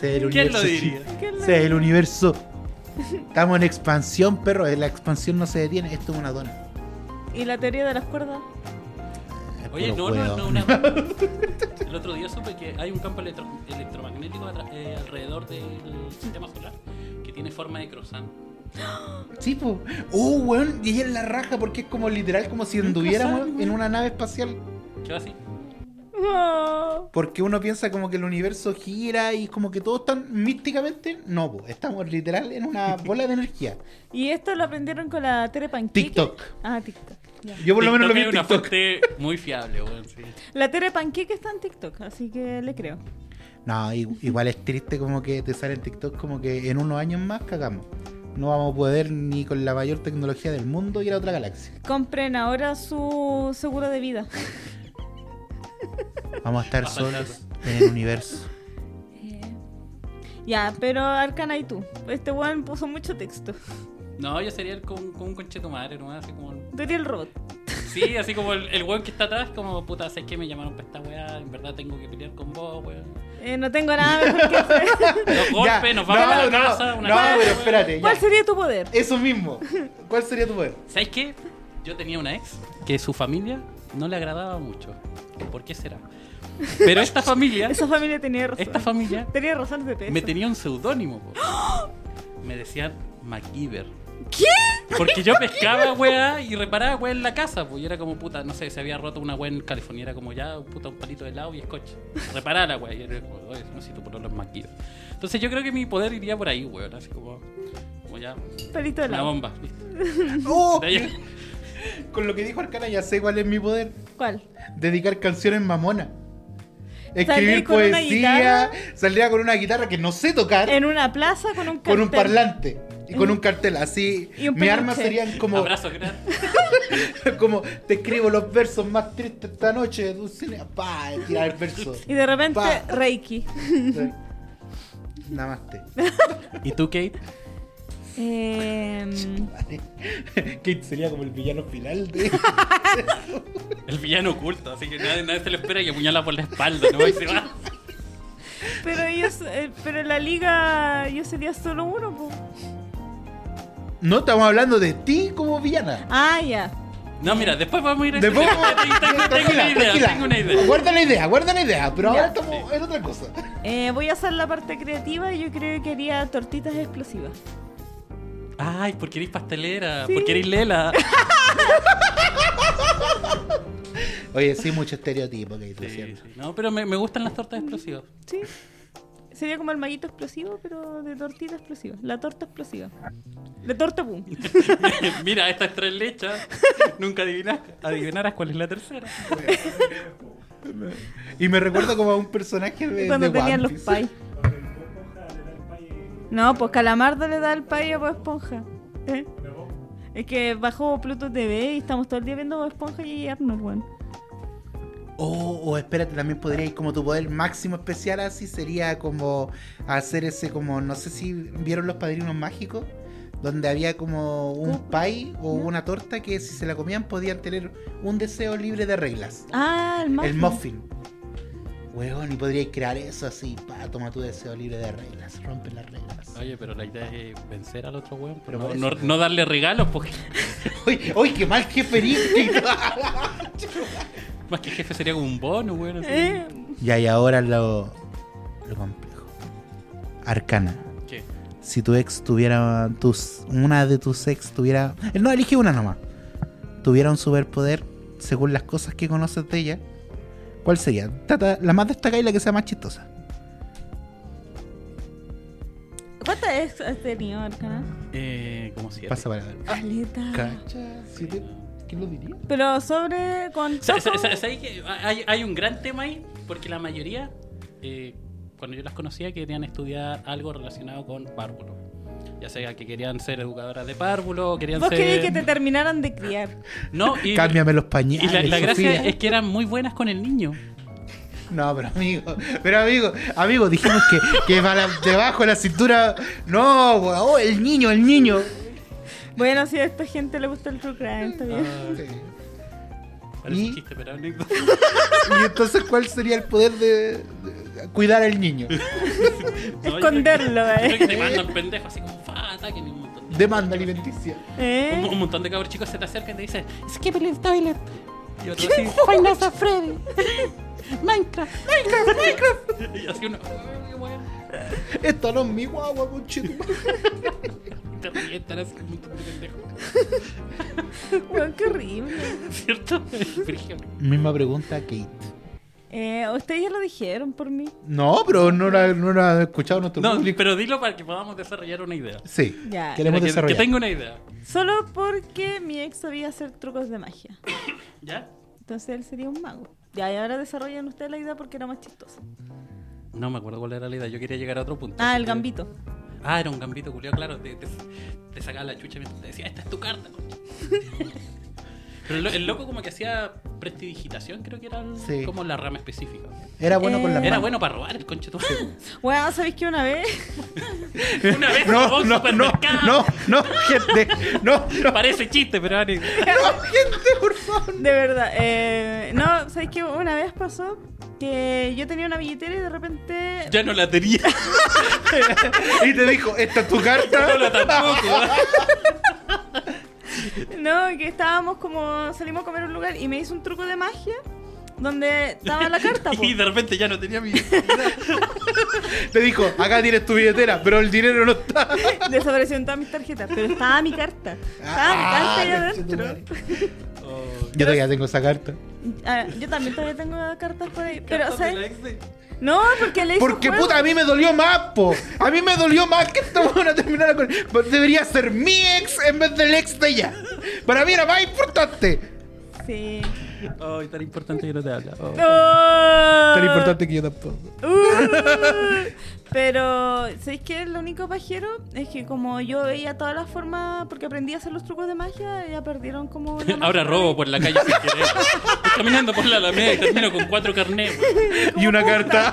Ser un
¿Quién lo
universo
diría?
chi-
¿Qué
O
le-
sea, el universo. Estamos en expansión, perro. eh, La expansión no se detiene. Esto es una dona.
Y la teoría de las cuerdas.
Es
Oye, no,
puro
no,
huevo.
no, una... El otro día supe que hay un campo electro- electromagnético atra- eh, alrededor del sistema solar que tiene forma de croissant.
Sí, po. Oh, weón. Y ella es la raja porque es como literal, como si anduviéramos en una nave espacial.
¿Qué va así?
Oh.
Porque uno piensa como que el universo gira y como que todos están místicamente. No, po. Estamos literal en una bola de energía.
Y esto lo aprendieron con la Tere Panqueque.
TikTok.
Ah, TikTok. ya.
Yo por lo menos lo vi
TikTok
en
es una
TikTok.
fuente muy fiable, weón. sí.
La Tere Panqueque está en TikTok, así que le creo.
No, i- igual es triste como que te sale en TikTok como que en unos años más cagamos. No vamos a poder ni con la mayor tecnología del mundo ir a otra galaxia.
Compren ahora su seguro de vida.
Vamos a estar
Va a pasar.
solos en el universo.
Eh, Ya, pero Arcana y tú. Este weón puso mucho texto.
No, yo sería el con, con un concheto madre, ¿no? Así como...
Tú eres el robot.
Sí, así como el, el weón que está atrás, como, puta, sé que me llamaron para esta weá, en verdad tengo que pelear con vos, weón.
Eh, no tengo nada mejor que hacer.
Los golpes,
Ya,
nos vamos
no,
a la
no,
casa, una
no,
casa,
pero
weón.
espérate, ya.
¿Cuál sería tu poder?
Eso mismo. ¿Cuál sería tu poder?
¿Sabes qué? Yo tenía una ex que su familia no le agradaba mucho. ¿Por qué será? Pero esta familia,
Esa familia tenía razón.
esta familia,
tenía razón de peso.
me tenía un seudónimo. po. Me decían MacGyver.
¿Qué?
Porque yo pescaba, weá, y reparaba, weá, en la casa, pues. Y era como, puta, no sé, se había roto una weá en California. Era como, ya, puta, un palito de helado y escoche. Reparar la weá. Y era como, oye, no sé, tú por los maquillos. Entonces yo creo que mi poder iría por ahí, weón. Así como, como ya,
Pelito de
una
la
bomba. ¿viste?
¡Oh!
De ahí-
Con lo que dijo Arcana ya sé cuál es mi poder.
¿Cuál?
Dedicar canciones mamonas. Escribir
con una
poesía, saldría con una guitarra que no sé tocar,
En una plaza con un cartel.
con un parlante y con un cartel. Así,
Y un
mi arma
peluche.
serían como,
Abrazo, gran.
como te escribo los versos más tristes esta noche, Dulcinea, pa, y tirar el verso.
Y de repente,
Pa.
Reiki.
Namaste.
¿Y tú, Kate?
Em,
Kate sería como el villano final de.
El villano oculto, así que nadie, nadie se lo espera y apuñala por la espalda, ¿no? Y se va.
pero ellos, eh, pero en la liga yo sería solo uno, po.
No estamos hablando de ti como villana.
Ah, ya.
No, mira, después vamos a ir a
De poco.
Tengo- tengo, una idea, tengo una idea.
Guarda la idea, guarda la idea. Pero
Ya.
ahora estamos en otra cosa.
Eh, voy a hacer la parte creativa y yo creo que haría tortitas explosivas.
Ay, porque eres pastelera,
Sí.
porque eres Lela.
Oye, sí, mucho estereotipo que
Sí, sí. No, pero me, me gustan las tortas explosivas.
Sí. Sería como el maguito explosivo, pero de tortita explosiva. La torta explosiva. La torta boom.
Mira, estas tres lechas, nunca adivinas, adivinarás cuál es la tercera.
Y me recuerda como a un personaje de.
cuando
de One
tenían los
Piece.
pais. No, pues Calamardo le da el pay a Bob Esponja. ¿Eh? Es que bajó Pluto TV y estamos todo el día viendo Bob Esponja y Arnold, weón.
Oh, oh, espérate, también podría ir como tu poder máximo especial así. Sería como hacer ese, como. No sé si vieron los padrinos mágicos. Donde había como un
¿Cómo?
pie o
¿Ya?
una torta que si se la comían podían tener un deseo libre de reglas.
Ah, el muffin.
El muffin. Weón, y podríais crear eso así. Pa, toma tu deseo libre de reglas. Rompe las reglas.
Oye, pero la idea es vencer al otro weón, pues,
Pero
no,
por
no-
eso.
no darle regalos, porque
Uy, uy, qué mal jefe eres.
más que jefe sería como un bono, weón. así.
Eh,
Ya, y ahora lo, lo complejo. Arcana.
¿Qué?
Si tu ex tuviera. Tus, una de tus ex tuviera. eh, No, elige una nomás. Tuviera un superpoder según las cosas que conoces de ella. ¿Cuál sería? Trata la más destacada y la que sea más chistosa.
¿Cuántas ex has tenido, Arcana?
Eh, como si
Pasa para ver.
Caleta.
Cacha, si te- ¿Qué lo diría?
Pero sobre con
Sa- sa-
Choco,
sa- ¿Sabes que hay, hay un gran tema ahí? Porque la mayoría, eh, cuando yo las conocía, querían estudiar algo relacionado con párvulo. Ya sea que querían ser educadoras de párvulo, querían
vos
ser.
querías que te terminaran de criar.
No, y,
Cámbiame los
y
pañales.
la, la gracia
Sofía.
es que eran muy buenas con el niño.
No, pero amigo, pero amigo, amigo, dijimos que, que para debajo de la cintura. No, weón, oh, el niño, el niño.
Bueno, si a esta gente le gusta el true crime, está bien.
Sí.
Parece
¿Y?
un chiste, pero anécdota.
Y entonces, ¿cuál sería el poder de, de cuidar al niño?
No, yo
Esconderlo,
creo que-
eh.
yo creo que te mandan pendejo, así como, fa, ataquen y un montón de.
Demanda alimenticia.
Un,
¿Eh?
un montón de cabros chicos se te acercan y te dicen, Skip el toilet. Y otro así,
Final Freddy. Minecraft.
y así uno, "Ay, qué weón".
Esto no es mi guagua, conchito.
Te revientan así un montón de pendejos.
Weón, qué horrible.
¿Cierto? Virgen.
Misma pregunta, Kate.
Eh, ustedes ya lo dijeron por mí.
No, pero no la, no la he escuchado nuestro
No,
público.
pero dilo para que podamos desarrollar una idea.
Sí,
Ya.
queremos
que, que
desarrollar.
tengo una idea.
Solo porque mi ex sabía hacer trucos de magia.
¿Ya?
Entonces él sería un mago. Ya, y ahora desarrollan ustedes la idea porque era más chistosa.
No me acuerdo cuál era la idea. Yo quería llegar a otro punto.
Ah,
así
el
que-
gambito.
Ah, era un gambito, culiao, claro. Te, te, te sacaba la chucha mientras te decía, esta es tu carta, concha". Pero el, lo- el loco como que hacía prestidigitación, creo que era el-
Sí.
como la rama específica.
Era bueno con
Eh,
la
Era bueno para robar el conche tú.
Bueno, ¿sabéis que una vez?
Una vez robó
No,
un
no, no,
supermercado.
no, no, gente, no, no.
Parece chiste, pero vale.
De verdad. eh, no, ¿sabéis que una vez pasó que yo tenía una billetera y de repente.
ya no la tenía.
Y te dijo, esta es tu
No la
carta.
tampoco.
No, que estábamos como. Salimos a comer a un lugar y me hizo un truco de magia donde estaba la carta. po.
Y de repente ya no tenía mi.
Te dijo, acá tienes tu billetera, pero el dinero no está.
Desaparecieron todas mis tarjetas, pero estaba mi carta. Estaba
Ah,
mi carta ahí
conchetumare.
adentro.
Yo todavía tengo esa carta.
Ah, yo también todavía tengo cartas por ahí. Pero,
Cartas de la
¿sabes?
ex de-
No, porque le hice
Porque puta, a mí me dolió más, po. A mí me dolió más que esta buena terminara con. pues, Debería ser mi ex en vez del ex de ella. Para mí era más importante.
Sí.
Ay, tan importante que no te habla. Oh.
Tan
Tan
importante que yo tampoco.
¡Oh! Uh, pero, ¿sabéis qué? Lo único pajero es que como yo veía todas las formas, porque aprendí a hacer los trucos de magia, ya perdieron como... la magia.
Ahora robo por la calle sin querer. Estoy caminando por la alameda y termino con cuatro carnets. güey.
Y una carta.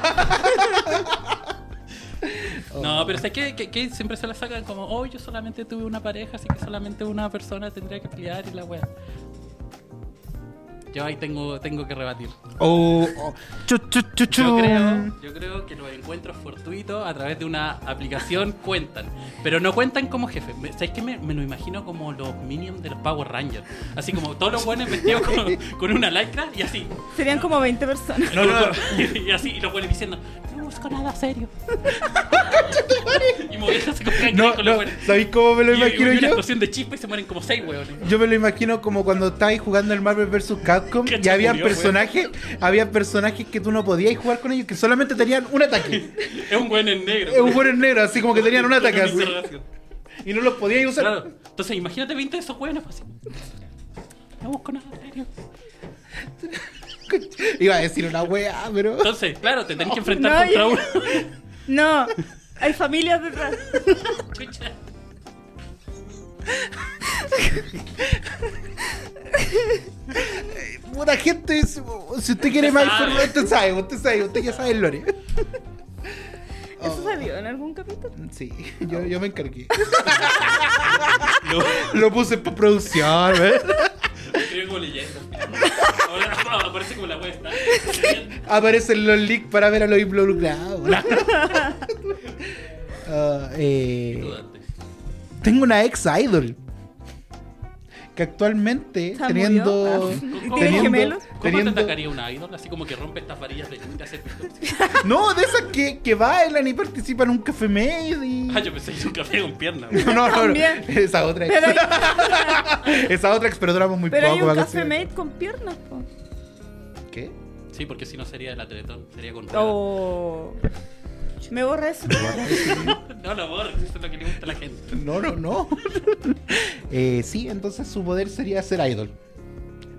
Oh.
No, pero ¿sabes qué? Que, que siempre se la sacan como, oh, yo solamente tuve una pareja, así que solamente una persona tendría que pelear y la wea. Yo ahí tengo, tengo que rebatir.
Oh, oh. Chu, chu, chu, chu.
Yo creo, yo creo que los encuentros fortuitos a través de una aplicación cuentan. Pero no cuentan como jefe. Me- ¿Sabes qué? Me, me lo imagino como los minions de los Power Rangers. Así como todos los buenos vestidos con, con una lycra y así.
Serían como 20 personas.
No, no, no.
Y así, y los buenos diciendo, no busco nada serio. y moviéndose con cangrejo
No,
los
no,
buenos.
¿Sabéis cómo me lo
Y- y
imagino
una
yo?
explosión de chispa y se mueren como seis hueones.
Yo me lo imagino como cuando estabais jugando el Marvel vs. Capcom
Cacha,
y había
murió,
personajes, había personajes que tú no podías jugar con ellos que solamente tenían un ataque.
Es un hueón en negro.
Es un buen negro, así como que tenían un
Con
ataque así.
interrogación.
Y no los podías usar.
Claro. Entonces, imagínate 20 de esos hueones así. No busco nada serio.
Iba a decir una weá, pero.
Entonces, claro, te tenés que enfrentar
No,
contra
yo-
uno.
No, hay familias detrás.
Chucha.
Puta gente, si si usted quiere más
sabe.
información, usted sabe, usted sabe, usted ya sabe el lore. Oh.
¿Eso salió en algún capítulo?
Sí, yo, yo me encargué.
No,
Lo puse en ¿eh? producción, ¿ves?
escribe como leyenda. Ahora ahora aparece como la wea está.
Aparecen los leaks para ver a los involucrados. Ah, eh,
Dudante.
tengo una ex idol que actualmente
¿Se
teniendo,
murió?
¿Tiene
teniendo-
gemelos?
¿Cómo
teniendo-
te atacaría una idol? Así como que rompe estas varillas de de hacer pitos.
no de esas que, que bailan y participan en un café medio y...
Ah, yo pensé que era un café con pierna. wea.
No, no, no, no.
También.
Esa otra ex.
Pero hay,
Esa otra ex, pero duramos muy
pero
poco.
hay un
para
café
conseguir-
mate con piernas, po.
¿Qué?
Sí, porque si no sería el atletón, sería con ruedas.
Oh. Me borra eso.
No, no, borra, eso es lo que le gusta a la gente.
No, no, no. Eh, sí, entonces su poder sería ser idol.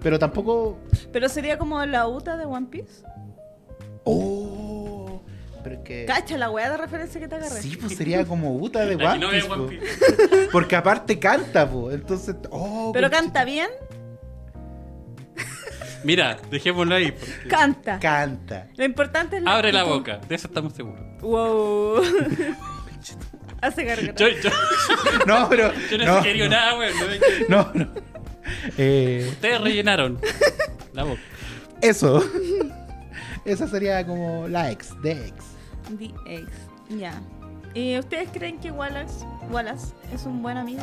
Pero tampoco.
Pero sería como la UTA de One Piece.
Oh, pero es que.
Cacha, la weá de referencia que te agarré.
Sí, pues sería como Uta de
La que
One
no
Piece,
es One
po.
Piece.
Porque aparte canta, po. Entonces. Oh,
Pero
conchita.
canta bien,
Mira, dejémoslo ahí. porque-
canta.
Canta.
Lo importante es la
Abre la
actitud.
boca, de eso estamos seguros.
Wow. Hace garganta.
Yo, yo,
No, pero.
yo no,
no,
he querido
no,
nada, weón. no hay-
No, no. Eh,
Ustedes rellenaron la boca.
eso. Esa sería como la ex, de ex.
The Ex. Ya. ¿Y ustedes creen que Wallace, Wallace es un buen amigo?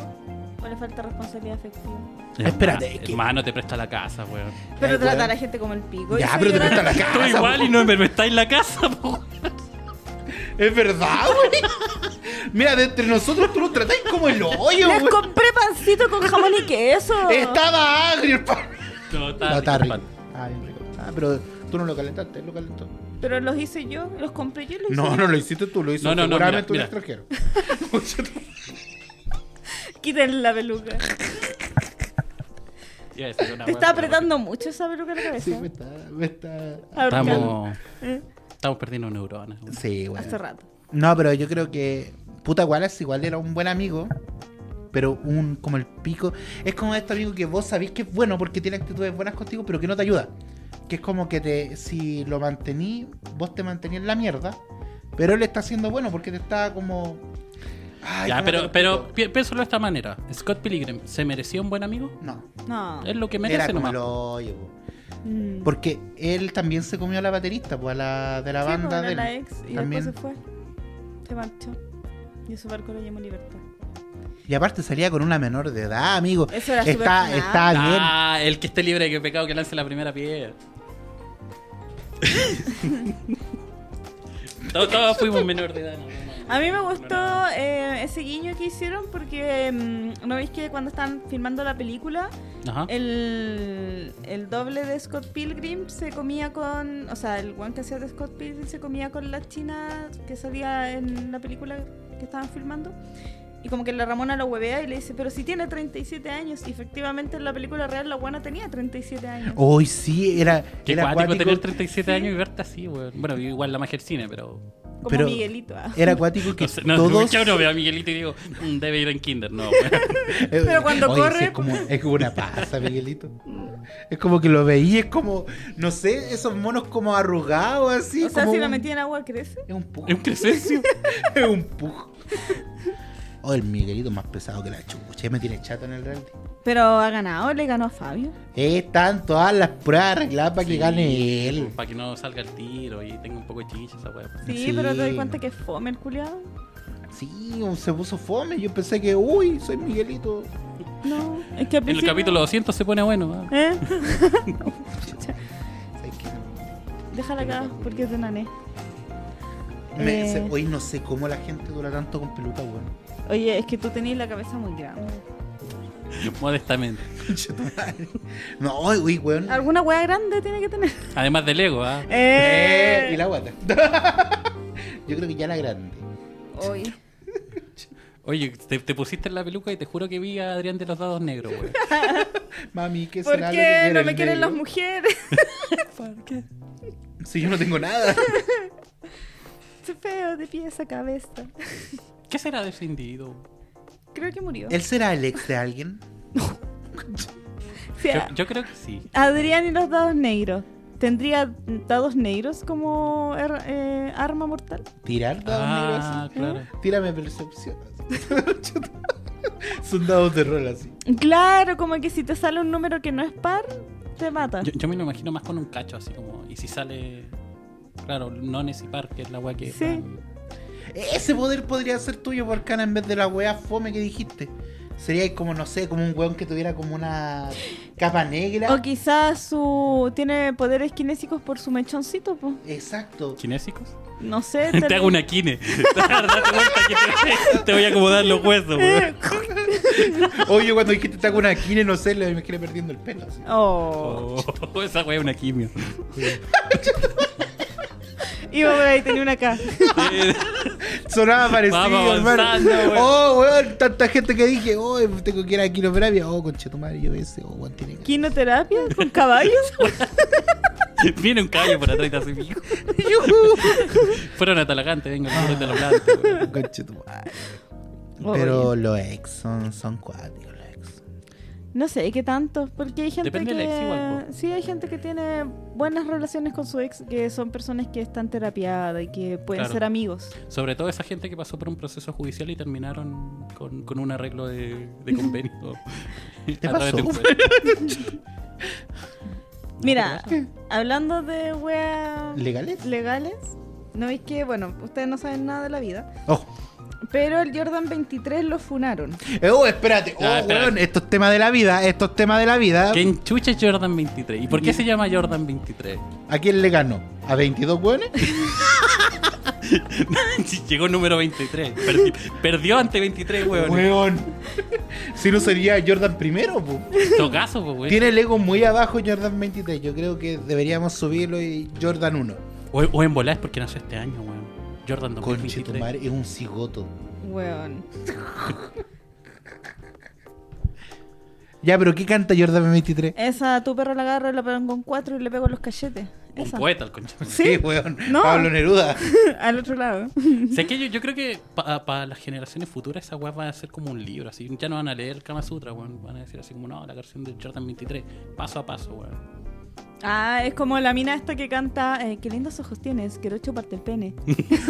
¿O le falta responsabilidad afectiva?
Espérate,
Hermano, Ah,
¿qué?
Hermano, te presta la casa, weón.
Pero
Ay,
trata a
weón.
la gente como el pico.
Ya,
Hizo
pero te
llorar-
presta la
Tú
casa.
igual
po.
y no me prestáis la casa, po.
Es verdad, güey. Mira, de entre nosotros tú lo tratáis como el hoyo,
Les
güey.
compré pancito con jamón y queso.
Estaba agrio el pan.
No, está
No, está
rico,
rico.
Ah, pan.
Ah, bien rico. Ah, pero tú no lo calentaste, él lo calentó.
Pero los hice yo, los compré yo y los hice
No,
yo.
no lo hiciste tú, lo hizo
No, no, no,
seguramente
mira,
un extranjero.
Quítenle la
Ah,
peluca.
Ya, esa es una
Te
weá,
está
pero-
apretando mucho esa peluca en la cabeza. ¿eh?
Sí, me está, me está...
Ahorcando.
Estamos.
Eh,
Estamos perdiendo neuronas. weón.
Sí, bueno.
Hace rato.
No, pero yo creo que puta Wallace igual era un buen amigo, pero un como el pico. Es como este amigo que vos sabés que es bueno porque tiene actitudes buenas contigo, pero que no te ayuda. Que es como que te, si lo mantení, vos te mantenés en la mierda, pero él está siendo bueno porque te está como. Ay,
Ya,
¿cómo te
pero,
lo
pero
explico?
pi- piénsalo de esta manera. Scott Pilgrim, ¿se mereció un buen amigo?
No,
No.
Es lo que
era
merece nomás.
como el hoyo, po.
Mm.
Porque él también se comió a la baterista, pues a la de la
Sí,
banda
bueno,
de él.
la ex y
También.
después se fue. Se marchó. Y a su barco lo llamó Libertad.
Y aparte salía con una menor de edad, amigo.
Eso era
está,
súper
está bien.
Ah, el que esté libre de pecado que lance la primera piedra. Todos, todos fuimos menor de edad. no, no, no.
A mí me gustó eh, ese guiño que hicieron porque mm, no veis que cuando están filmando la película
Ajá.
el, el doble de Scott Pilgrim se comía con, o sea, el one que hacía de Scott Pilgrim se comía con la china que salía en la película que estaban filmando. Y como que la Ramona lo huevea y le dice, pero si tiene 37 años. Y efectivamente en la película real la buena tenía 37 años.
Hoy sí, era.
Qué
era
cuático
acuático.
tener 37 años y verte así, weón. Bueno, igual la magia del cine, pero.
como
pero-
Miguelito. ah.
Era acuático que
No sé, no,
todos.
yo no veo a Miguelito y digo, "Mm, debe ir en Kinder. No, weón.
Eh,
Pero cuando
oye,
corre-
sí, Es como, es como una pasa, Miguelito. Es como que lo veía, es como, no sé, esos monos como arrugados, así.
o sea,
como
si la
un-
metí en agua crece.
Es un pujo.
Es un crecencio.
es un pujo. Oh, el Miguelito más pesado que la chucha. Ya me tiene chato en el reality. Eh,
Pero ha ganado, le ganó a Fabio.
Están todas las pruebas arregladas para que gane él.
Para que no salga el tiro y tenga un poco de chicha esa weón.
Sí,
Sí.
pero te doy cuenta que es fome el culiado.
Sí, se puso fome. Yo pensé que, uy, soy Miguelito.
No, es que al
En el
principio-
capítulo 200 se pone bueno. ah.
¿Eh?
¿Sabes qué?
Déjala acá porque es de nané.
Me-
Eh.
se- hoy no sé cómo la gente dura tanto con peluca, weón.
Oye, es que tú tenés la cabeza muy grande.
Modestamente.
Concha tu madre. no, uy, weón.
Alguna wea grande tiene que tener.
Además del ego, ¿ah?
Eh,
Eh.
y la guata. Yo creo que ya la grande.
Oye.
Oye, te, te pusiste en la peluca y te juro que vi a Adrián de los Dados Negros, weón.
Mami, ¿qué
¿Por
será lo que
qué
quiere
no
el
me quieren
negro?
las mujeres?
¿Por qué?
Si yo no tengo nada.
Soy feo de pies a cabeza.
¿Qué será de ese individuo?
Creo que murió.
¿Él será el ex de alguien?
O
Yo,
sea,
yo creo que sí.
Adrián y los dados negros. ¿Tendría dados negros como er- eh, arma mortal?
Tirar dados
Ah,
negros
claro.
así. Tírame percepción. así. Son dados de rol así.
Claro, como que si te sale un número que no es par, te mata.
Yo, yo me lo imagino más con un cacho, así como. Y si sale. Claro, nones y par, que es la weá que.
Sí.
Ese poder podría ser tuyo, Porcana, en vez de la wea fome que dijiste. Sería como, no sé, como un weón que tuviera como una capa negra.
O quizás su tiene poderes kinésicos por su mechoncito, po.
Exacto.
¿Kinésicos?
No sé.
Te hago una kine. Date cuenta que te, te voy a acomodar los huesos, weón.
Oye, cuando dijiste te hago una quine, no sé, le me quedé perdiendo el pelo. así.
Oh.
Oh, esa weá es una quimio.
Iba por ahí, tenía una acá.
Sonaba parecido,
Vamos avanzando,
hermano.
weón.
Oh, weón, tanta gente que dije, oh, tengo que ir a quinoterapia. Oh, conche tu madre, yo ese, oh, weón, tiene que.
¿Quinoterapia? ¿Con caballos?
Viene un caballo por atrás y te hace pico. Fueron a Talagante, venga, el pobre te lo planta, weón.
Conche tu madre.
Oh,
Pero los ex son, son cuáticos, los ex.
No sé, ¿qué tanto? Porque hay gente
Depende
que...
del ex igual, po.
sí, hay gente que tiene buenas relaciones con su ex, que son personas que están terapiadas y que pueden
Claro.
ser amigos.
Sobre todo esa gente que pasó por un proceso judicial y terminaron con, con un arreglo de, de convenio.
¿Te
A través de un
pasó?
juez.
Mira, hablando de weas
¿Legales?
legales, ¿no veis que, bueno, ustedes no saben nada de la vida,
Oh,
pero el Jordan 23 lo funaron.
Eh, oh, espérate. Oh,
Ah, espérate.
weón, estos temas de la vida, estos temas de la vida.
¿Quién chucha es Jordan 23? ¿Y por qué se llama Jordan 23?
¿A quién le ganó? ¿A 22 weones?
Llegó número 23. Perdi- perdió ante 23, weón.
Weón. si no sería Jordan primero, po.
Tocazo, po, weón.
Tiene el ego muy abajo Jordan 23. Yo creo que deberíamos subirlo y Jordan 1.
O, o en volar es porque nació este año, weón. Jordan
Conche tu
2023.
madre, es un cigoto.
Weón.
Ya, pero ¿qué canta Jordan 23?
Esa, tu perro la agarro, la pongo en cuatro y le pego los cachetes.
Un
Esa.
poeta, el concha. de su
Sí.
weón.
No.
Pablo Neruda.
Al otro lado.
madre. Sé que yo, yo creo que para las generaciones futuras esa weá va a ser como un libro, así. Ya no van a leer Kama Sutra, weón. Van a decir así como, no, la canción de Jordan 23. Paso a paso, weón.
Ah, es como la mina esta que canta, eh, qué lindos ojos tienes, quiero chuparte el pene.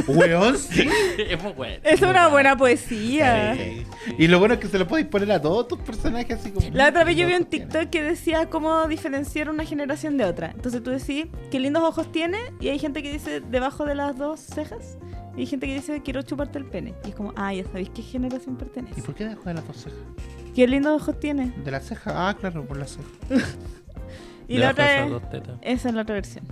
Weón, sí.
es muy bueno.
Es una buena poesía.
Sí. Y lo bueno es que se lo podéis poner a todos tus personajes así como.
La otra vez yo vi un TikTok que decía cómo diferenciar una generación de otra. Entonces tú decís, qué lindos ojos tiene, y hay gente que dice debajo de las dos cejas, y hay gente que dice, quiero chuparte el pene. Y es como, ah, ya sabéis qué generación
¿Y
pertenece.
por qué dejó de las dos cejas?
Qué lindos ojos tiene.
De la ceja. Ah, claro, por la ceja.
Y la
Debajo de
otra
esas
es...
dos tetas.
Esa es la otra versión.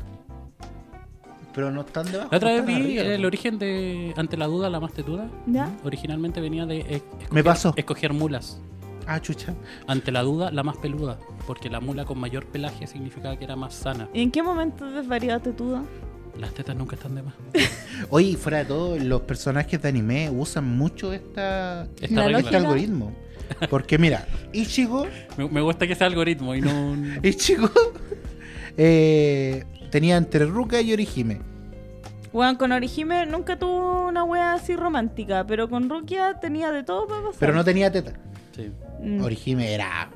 pero no están debajo.
La otra vez
están
vi
arriba.
el origen de Ante la duda, la más tetuda.
¿Ya?
Originalmente venía de eh, escoger,
Me pasó.
escoger mulas.
Ah, chucha.
Ante la duda, la más peluda. Porque la mula con mayor pelaje significaba que era más sana.
¿Y en qué momento desvariaste tú?
Las tetas nunca están de más.
Oye, y fuera de todo, los personajes de anime usan mucho esta,
Esta
La
regla.
este algoritmo. Porque mira, Ichigo,
Me, me gusta que sea algoritmo y no. un-
Ichigo eh, tenía entre Ruka y Orihime.
Weón, con Orihime nunca tuvo una wea así romántica, pero con Rukia tenía de todo para pasar.
Pero no tenía teta.
Sí.
Mm.
Orihime era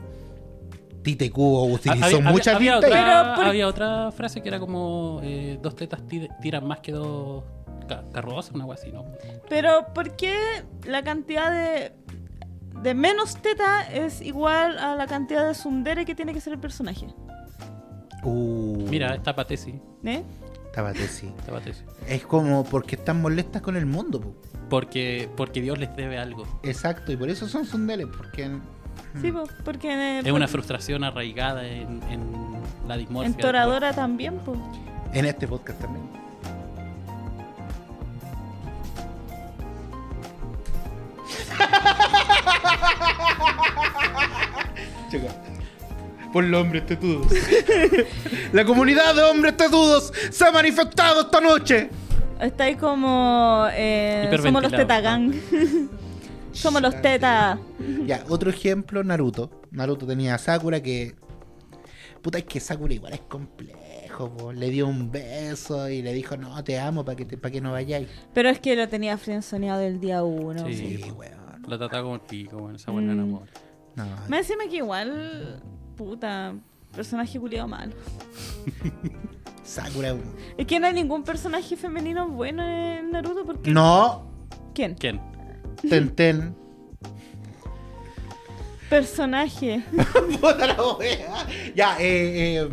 Tite Cubo,
Ha-
utilizó muchas
había,
tintas.
otra,
Pero por-
había otra frase que era como: eh, dos tetas ti- tiran más que dos ca- carrozas, una cosa así, ¿no?
Mm.
Pero ¿por qué la cantidad de, de menos teta es igual a la cantidad de sundere que tiene que ser el personaje?
Uh,
Mira, esta patesi.
¿Eh?
estaba tesis.
esta patesi.
Es como porque están molestas con el mundo, po.
Porque, porque Dios les debe algo.
Exacto, y por eso son sundeles, porque en- Hmm.
Sí, pues, porque en,
Es una frustración arraigada en, en la dismorfia.
en Toradora también, pues.
en este podcast también. Chica, Por los hombres tetudos. La comunidad de hombres tetudos se ha manifestado esta noche.
Está ahí como eh,
Hiperventilado. Ah.
somos los teta gang. somos los teta.
Ya, otro ejemplo, Naruto. Naruto tenía a Sakura que. Puta, es que Sakura igual es complejo, po. le dio un beso y le dijo, no, te amo para que, te- pa' que no vayáis.
Pero es que lo tenía friendzoneado el día uno.
Sí.
Sí, weón.
La trataba como el pico, bueno, esa buena no
Mm.
amor.
No,
Me decime que igual, puta, personaje culiado malo.
Sakura. weón.
Es que no hay ningún personaje femenino bueno en Naruto porque...
No,
¿Quién?
¿Quién?
Tenten.
Personaje.
puta la wea. Ya, eh. eh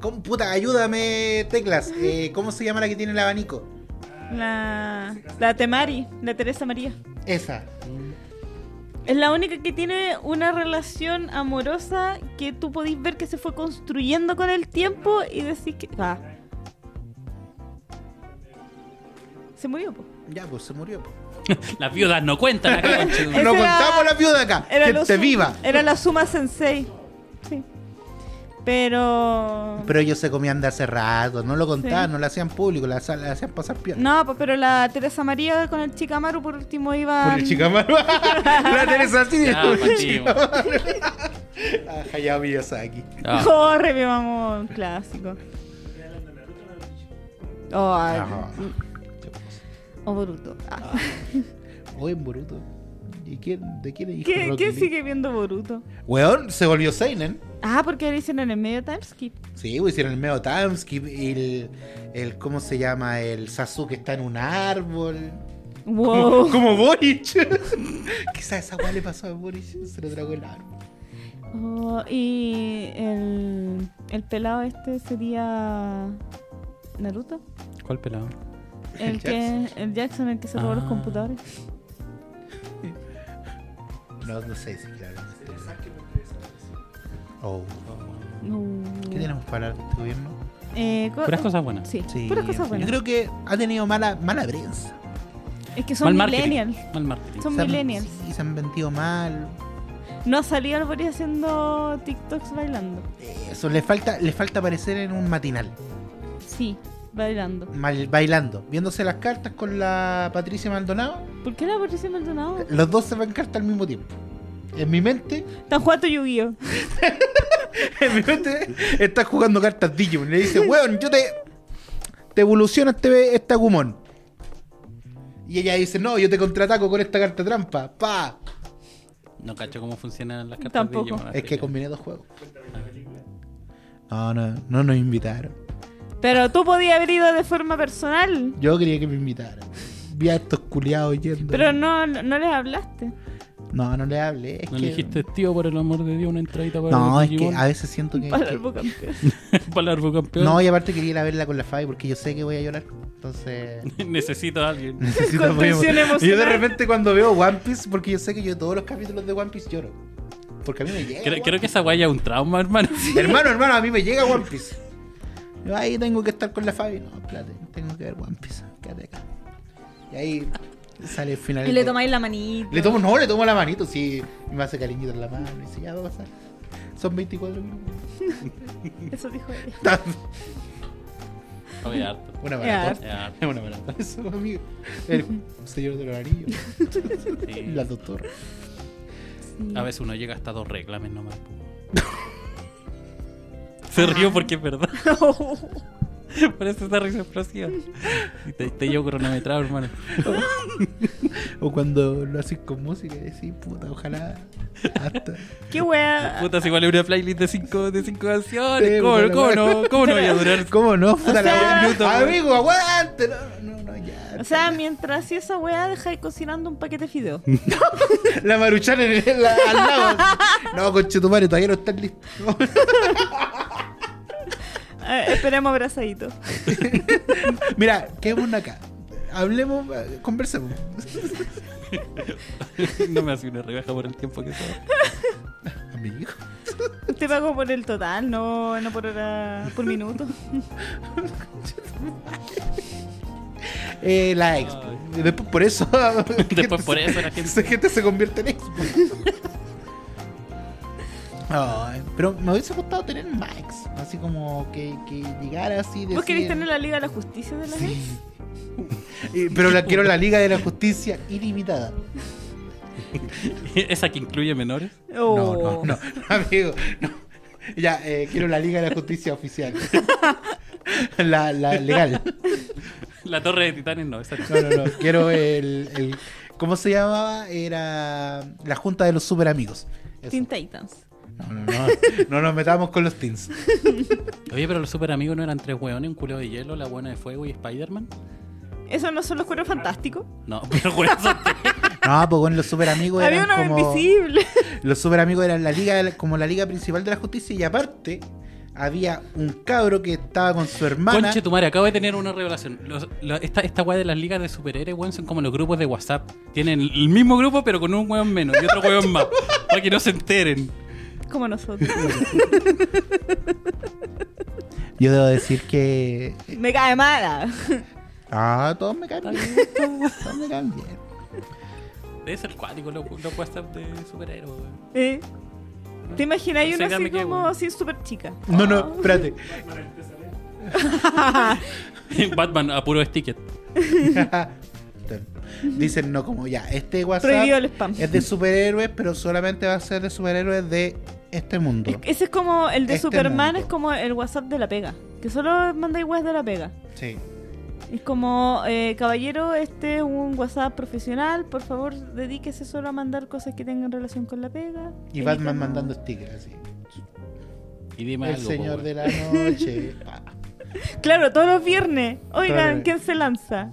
¿cómo- puta, ayúdame, teclas. Eh, ¿Cómo se llama la que tiene el abanico?
La, la Temari, la Teresa María.
Esa.
Es la única que tiene una relación amorosa que tú podís ver que se fue construyendo con el tiempo y decís que... Ah. Se murió, po.
Ya, pues se murió. po.
Las viudas no cuentan acá, conchetumare.
No
era-
contamos la viuda acá.
Era
Gente
lo su-
viva.
Era la Suma Sensei. Sí. Pero...
Pero ellos se comían de hace rato, no lo contaban,
Sí.
no lo hacían público, la, sa- la hacían pasar piola.
No, pues, pero la Teresa María con el Chicamaru por último iba...
Por el chicamaru. la Teresa así
Ya, partimos.
Ah, Hayao Miyazaki.
Ah.
Corre, mi mamón, un clásico. Oh, ay,
Ajá.
oh, Boruto. Ah.
Hoy en Boruto. ¿Y quién, de quién es hijo
¿Qué,
Rock
qué
Lee?
sigue viendo Boruto?
Weón, se volvió Seinen.
Ah, porque lo hicieron en el medio timeskip.
Sí, pues, hicieron el medio Tamski, el, el. ¿Cómo se llama? El Sasuke está en un árbol.
Wow.
Como Boric. Quizás esa weá le pasó a Boric, se lo tragó el árbol.
Oh, y el, el pelado este sería Naruto.
¿Cuál pelado?
El,
El
que, el Jackson, el que se robó los
Ah.
computadores.
No, no sé si claro. Oh.
No.
¿Qué tenemos para hablar de este gobierno?
Eh, co-
Puras cosas buenas.
Sí, puras cosas buenas.
Yo creo que ha tenido mala, mala prensa.
Es que son
Mal marketing.
millennials.
Mal marketing.
Son
Se han-
millennials.
sí, se han vendido mal.
No salía el Boris haciendo TikToks bailando.
Eso, le falta, le falta aparecer en un matinal.
Sí, bailando.
mal- bailando. Viéndose las cartas con la Patricia Maldonado.
¿Por qué la Patricia Maldonado?
Los dos se van cartas al mismo tiempo. En mi mente,
Están jugando Yu-Gi-Oh!
en mi mente, está jugando cartas Digimon. Le dice, weón, yo te. Te evoluciona este, este Agumon. Y ella dice, no, yo te contraataco con esta carta trampa. Pa.
No cacho cómo funcionan las cartas
Tampoco.
de Digimon,
Es
así
que combiné dos juegos. No, no, no nos invitaron.
Pero tú podías haber ido de forma personal.
Yo quería que me invitaran. Vi a estos culiados yendo.
Pero no, no les hablaste.
Eh, No, no le hablé. Es
No
que...
le dijiste, tío, por el amor de Dios, una entradita para
No,
el
es que
Digimon.
a veces siento que.
Para
que- eh,
el bocampeón.
para el arbocampeón.
No, y aparte quería ir a verla con la Fabi porque yo sé que voy a llorar. Entonces.
Necesito a alguien.
necesito apoyo. Y yo
Contención
de
emocional.
repente cuando veo One Piece, porque yo sé que yo todos los capítulos de One Piece lloro. Porque a mí me llega.
Creo,
One
creo que esa guaya es un trauma, hermano.
Piece. Hermano, hermano, a mí me llega One Piece. Yo ahí tengo que estar con la Fabi. No, espérate, tengo que ver One Piece. Quédate acá. Y ahí sale el final.
Y le tomáis la manita.
Le tomo, no, le tomo la manito, sí. Y me hace cariñito en la mano. Y dice, ya va a pasar. Son 24 minutos.
Eso dijo ella.
Oye, harto.
Una
Ya.
maratón.
Es harto,
Es una maratón. Eso, amigo. El señor de los anillos.
sí.
La doctora.
A veces uno llega hasta dos reclames nomás. po. Se rió porque es verdad. Parece esa risa explosiva. Y Te, te llevo cronometrado, hermano.
O cuando lo haces con música y decís, puta, ojalá. Hasta.
Qué wea.
Puta, si igual es una playlist de cinco, de cinco canciones.
Sí,
¿Cómo,
bueno,
cómo
bueno.
no, ¿Cómo no voy a durar?
¿Cómo no? Puta la
sea-
minuto, Amigo, aguante. No, no, no, ya.
O sea, mientras si esa weá deja de cocinando un paquete de fideo.
Mm. La maruchan en el, la- al lado. No, conchetumare, todavía no están listos.
Eh, esperemos abrazadito.
Mira, quedémonos acá. Hablemos, eh, conversemos.
No me hace una rebaja por el tiempo que estaba.
A mi hijo.
Te pago por el total, no, no por hora, por minuto.
Eh, la expo. Después por eso.
Después por eso la gente-
Esa gente se convierte en expo. Ay, pero me hubiese gustado tener más expo. Así como que, que llegara así de.
¿Vos querés tener la Liga de la Justicia de la gente?
Pero la quiero la Liga de la Justicia ilimitada.
Esa que incluye menores.
No, no,
Oh.
no, amigo, no. Ya, eh, quiero la Liga de la Justicia oficial. La, la legal.
La torre de titanes no, esa no.
No, no, no. Quiero el, el- ¿Cómo se llamaba? Era la Junta de los Super Amigos.
Teen Titans.
No, no, no. No nos metamos con los teens.
Oye, pero los super amigos no eran tres hueones, un culo de hielo, la buena de fuego y Spider-Man.
¿Esos no son los cueros fantásticos?
No, pero hueones son tres.
No, pues bueno, los Super Amigos
Había
eran
uno
como...
invisible.
Los Super Amigos eran la liga, como la liga principal de la justicia y aparte había un cabro que estaba con su hermana.
Conche tu madre, acabo de tener una revelación. Los- la- esta, esta weá de las ligas de superhéroes, weón, son como los grupos de WhatsApp. Tienen el mismo grupo, pero con un weón menos y otro weón más. Para que no se enteren.
Como nosotros.
Yo debo decir que...
Me cae mala.
Ah, todos me caen bien. Todos me caen bien.
Debe ser cuático los los WhatsApp de superhéroes, weón.
¿Eh? ¿Te imagináis
No sé,
una así
Carmen, qué
como
bueno.
así súper chica?
No, no, espérate.
Batman a puro sticker.
Dicen, no, como ya, este WhatsApp
Prohibido el spam.
es de superhéroes, pero solamente va a ser de superhéroes de este mundo.
Ese es como el de
Este
Superman,
mundo.
es como el WhatsApp de la pega. Que solo mandáis weas de la pega.
Sí.
Es como, eh, caballero, este es un WhatsApp profesional. Por favor, dedíquese solo a mandar cosas que tengan relación con la pega.
Y
Evitemos-
Batman mandando stickers así.
Y dime
El
algo. po,
señor
weón.
de la noche. Ah, Pa.
Claro, todos los viernes. Oigan,
Claro.
¿quién se lanza?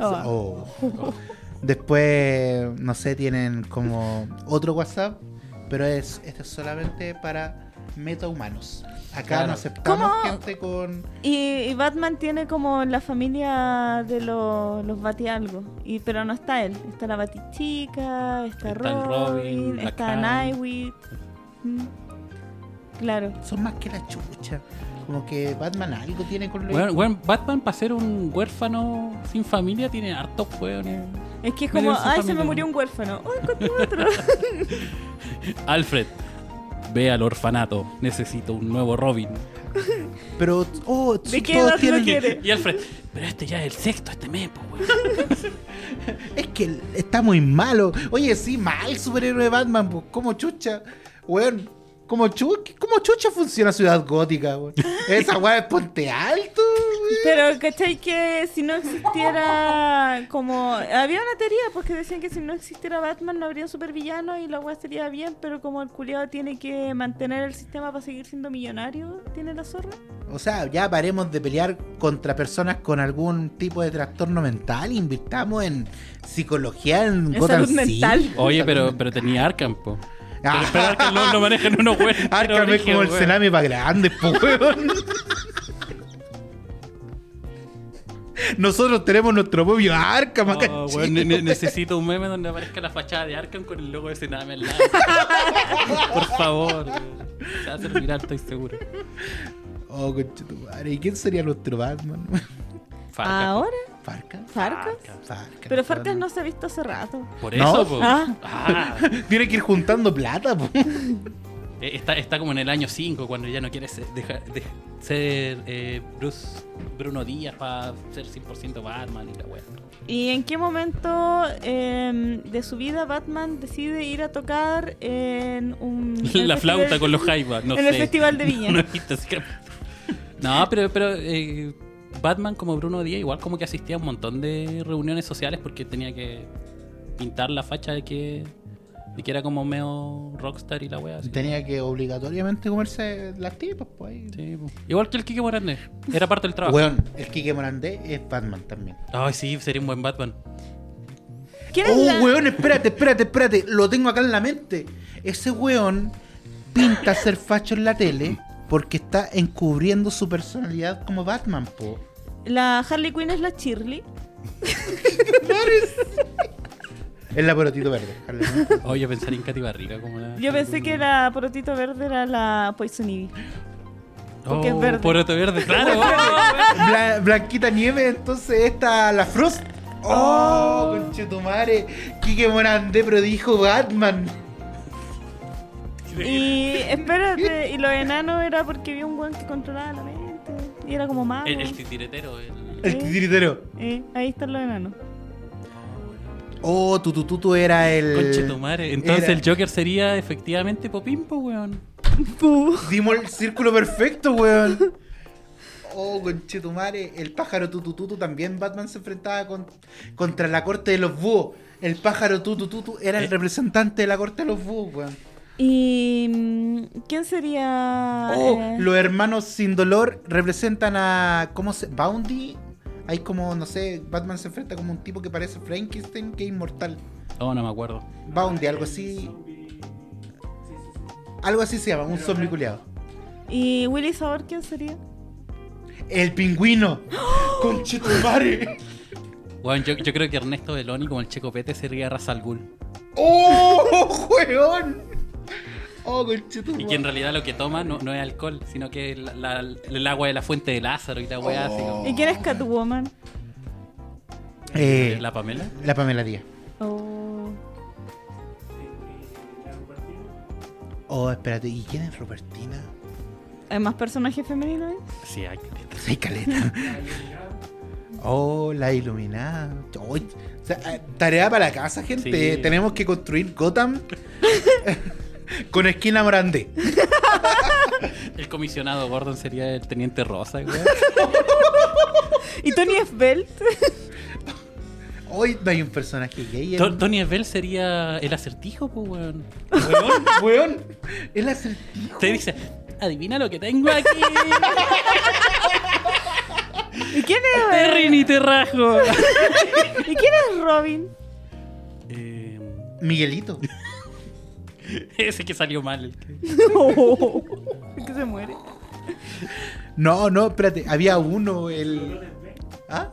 Oh.
Oh. Después, no sé, tienen como otro WhatsApp, pero es este es solamente para metahumanos. Acá
Claro.
no aceptamos
¿Cómo?
gente con.
Y, y Batman tiene como la familia de lo- los Batialgo. Y, pero no está él. Está la Batichica,
Está
está,
el
Robin,
Robin, Black
está
Cat.
Nightwing. Mm. Claro.
Son más que la chucha. Como que Batman algo tiene con los.
Weón- weón, Batman para ser un huérfano sin familia tiene hartos weones.
Es que es
Medio
como,
en su
ay, se
familia,
me
¿no?
murió un huérfano. Ay, encontré otro.
Alfred, ve al orfanato. Necesito un nuevo Robin.
Pero, oh,
¿De qué edad
todos
lo
tienen.
quiere?
Y Alfred, pero este ya es el sexto este mes, po, weón.
Es que el- está muy malo. Oye, sí, mal superhéroe de Batman, pues, como chucha. Weón, como chucha, como chucha funciona Ciudad Gótica, weón. Esa weá es Ponte Alto, weón.
Pero, ¿cachai? Que si no existiera como... Había una teoría, porque decían que si no existiera Batman no habría supervillanos y la weá sería bien, pero como el culiado tiene que mantener el sistema para seguir siendo millonario, tiene la zorra.
O sea, ya paremos de pelear contra personas con algún tipo de trastorno mental. Invirtamos en psicología, en
En
Gotham
salud
City.
mental.
Oye, pero, pero tenía Arkham, po.
Ah.
Pero, pero Arkham lo, lo manejan unos güeyes. pero
Arkham es
brígido,
como el
güey.
Sename para grandes, po, weón. Nosotros tenemos nuestro propio Arkham acá.
Oh,
en
güey,
Chile,
ne- ne-
weón.
necesito un meme donde aparezca la fachada de Arkham con el logo de Sename al lado. Por favor, güey. se va a hacer viral, estoy seguro.
Oh, conchetumare. ¿Y quién sería nuestro Batman?
Farca,
Ahora,
¿Farca?
Farcas.
Farca.
Pero Farcas no se ha visto hace rato.
Por
No.
eso, po.
Ah.
Ah,
Tiene que ir juntando plata, po.
eh, está, está como en el año 5, cuando ya no quiere ser, dejar- de- ser eh, Bruce, Bruno Díaz para ser 100% Batman y la wea.
¿Y en qué momento em, de su vida Batman decide ir a tocar en un. en
La
el
flauta
festival-
con los jaivas, no
en
sé.
el Festival de Viña.
No, he visto ese cap- No, pero, pero eh, Batman como Bruno Díaz igual como que asistía a un montón de reuniones sociales porque tenía que pintar la facha de que, de que era como medio rockstar y la wea. así.
Tenía que obligatoriamente comerse las tipas, pues. ahí.
Sí, po. Igual que el Kike Morandé. Era parte del trabajo.
Weón, el Kike Morandé es Batman también.
Ay, sí, sería un buen Batman.
¿Quién es
Oh,
la-
weón, espérate, espérate, espérate. Lo tengo acá en la mente. Ese weón pinta ser facho en la tele porque está encubriendo su personalidad como Batman, po.
La Harley Quinn es la Shirley.
El laboratorio verde. Harley Quinn.
Oye, pensar en Katy Barriga como la...
Yo pensé que la Porotito Verde era la Poison Ivy. porque es verde.
Poroto Oh, verde, claro. oh,
Bla- Blanquita Nieve, entonces esta, la Frost. Oh, conchetumare. Kike Morandé, pero dijo Batman.
Y espérate, y los enanos era porque vio un weón que controlaba la mente. Y era como mago.
el, el titiretero. el-
El titiritero.
Eh, ahí están los enanos.
Oh, tutututu era el.
Conche tu madre. Entonces
Eh, era-
el Joker sería efectivamente Popín, po, weón.
Dimos el círculo perfecto, weón. Oh, conchetumare. El pájaro tutututu también. Batman se enfrentaba con- contra la corte de los búhos. El pájaro tutututu era el
Eh.
representante de la corte de los búhos, weón.
¿Y mm, quién sería?
Oh,
eh,
los hermanos sin dolor representan a. ¿Cómo se.? Bounty. Hay como, no sé, Batman se enfrenta como un tipo que parece Frankenstein, que es inmortal.
Oh, no me acuerdo.
Bounty, algo así. Algo así se llama, un zombie culiado.
¿Y Willy Sabor quién sería?
El pingüino. Conchetumare.
Weón, yo, yo creo que Ernesto Beloni como el Checo Pete sería Razal Ghul.
¡Oh, weón! ¡Oh, conchetumare!
Y que en realidad lo que toma no, no es alcohol, sino que es la- la- el agua de la fuente de Lázaro y la weá así como-
¿Y quién es Catwoman?
Eh, la...
¿La Pamela?
Pamela Díaz.
Oh,
Oh, espérate, ¿y quién es Robertina?
¿Hay más personajes femeninos? ahí?
Sí, hay caleta.
Soy caleta. Oh, la iluminada. Oy, o sea, eh, tarea para la casa, gente.
Sí.
Tenemos que construir Gotham con esquina morandé.
El comisionado Gordon sería el teniente Rosa, weón.
¿Y Tony F. Bell?
Hoy no hay un personaje gay.
To-
El...
Tony Esbel sería el acertijo, pues, weón.
Weón, weón. El acertijo.
Te dice, adivina lo que tengo aquí.
¿Y quién es?
Terry ni te rajo.
¿Y quién es Robin?
Eh,
Miguelito.
ese que salió mal. el que-
No, Oh. que se muere.
No, no, espérate. Había uno, el. ¿Ah?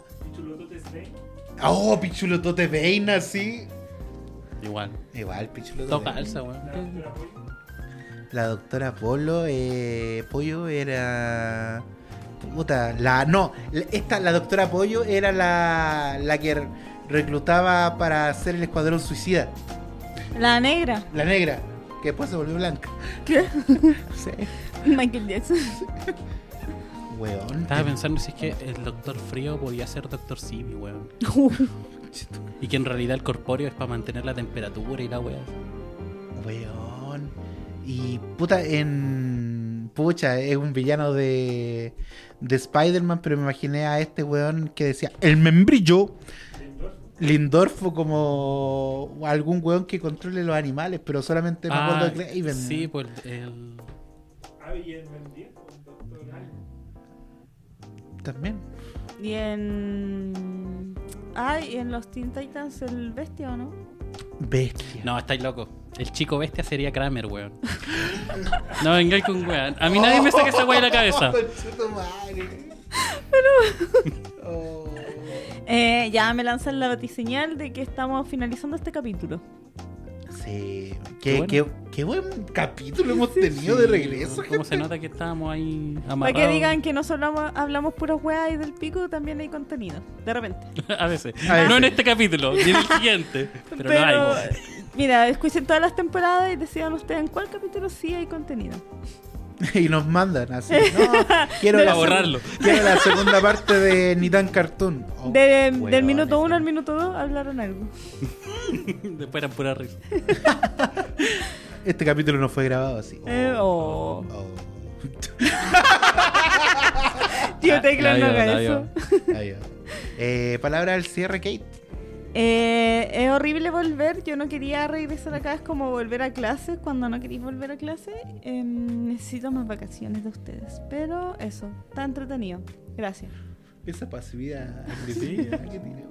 Oh, Pichulotote Veina, sí.
Igual.
Igual, Pichulotote.
Todo
Veina.
falsa, weón.
La doctora Polo, eh, Pollo era. Puta, la. No, la- esta, la doctora Pollo era la, la que reclutaba para hacer el escuadrón suicida.
La negra.
La negra, que después se volvió blanca.
¿Qué?
Sí.
Michael Jackson.
Weón.
Estaba pensando si es que el Doctor Frío podía ser Doctor Simi, weón. Y que en realidad el corpóreo es para mantener la temperatura y la weá.
Weón. Y puta, en. Pucha, es un villano de. De Spider-Man, pero me imaginé a este weón que decía: El membrillo. Lindorfo como algún weón que controle los animales, pero solamente me acuerdo de Craven.
Ah, Sí, pues el.
También.
Y en. Ay, en los Teen Titans el bestia, ¿o no?
Bestia.
No, estáis loco. El chico bestia sería Kramer, weón. No vengáis con weón. A mí nadie me saca esa weá de la cabeza.
Pero.
Eh, ya me lanzan la batiseñal de que estamos finalizando este capítulo.
Sí.
Qué
Qué,
bueno.
qué- Qué buen capítulo hemos tenido de regreso,
¿Cómo se
gente.
nota que estábamos ahí
Para
amarrados?
que digan que no solo hablamos- hablamos puros weas y del pico, también hay contenido, de repente.
A veces.
A veces.
No en este capítulo, ni en el siguiente. Pero, no hay.
eh, mira, escuchen todas las temporadas y decidan ustedes en cuál capítulo sí hay contenido.
Y nos mandan así. No, quiero
Para
la
borrarlo.
Quiero la segunda parte de Nitan Cartoon. Oh,
De- del
weón,
minuto
ese.
1 al minuto 2 hablaron algo.
Después eran pura risa.
Este capítulo no fue grabado así. Oh,
Eh, oh.
oh.
Tío Tecla, no
la vio,
haga
la
eso.
Ahí va. Eh, palabra del cierre, Kate.
Eh, es horrible volver, yo no quería regresar acá, es como volver a clases cuando no queréis volver a clase. Em, necesito más vacaciones de ustedes, pero eso, está entretenido. Gracias.
Esa pasividad agresiva que tiene.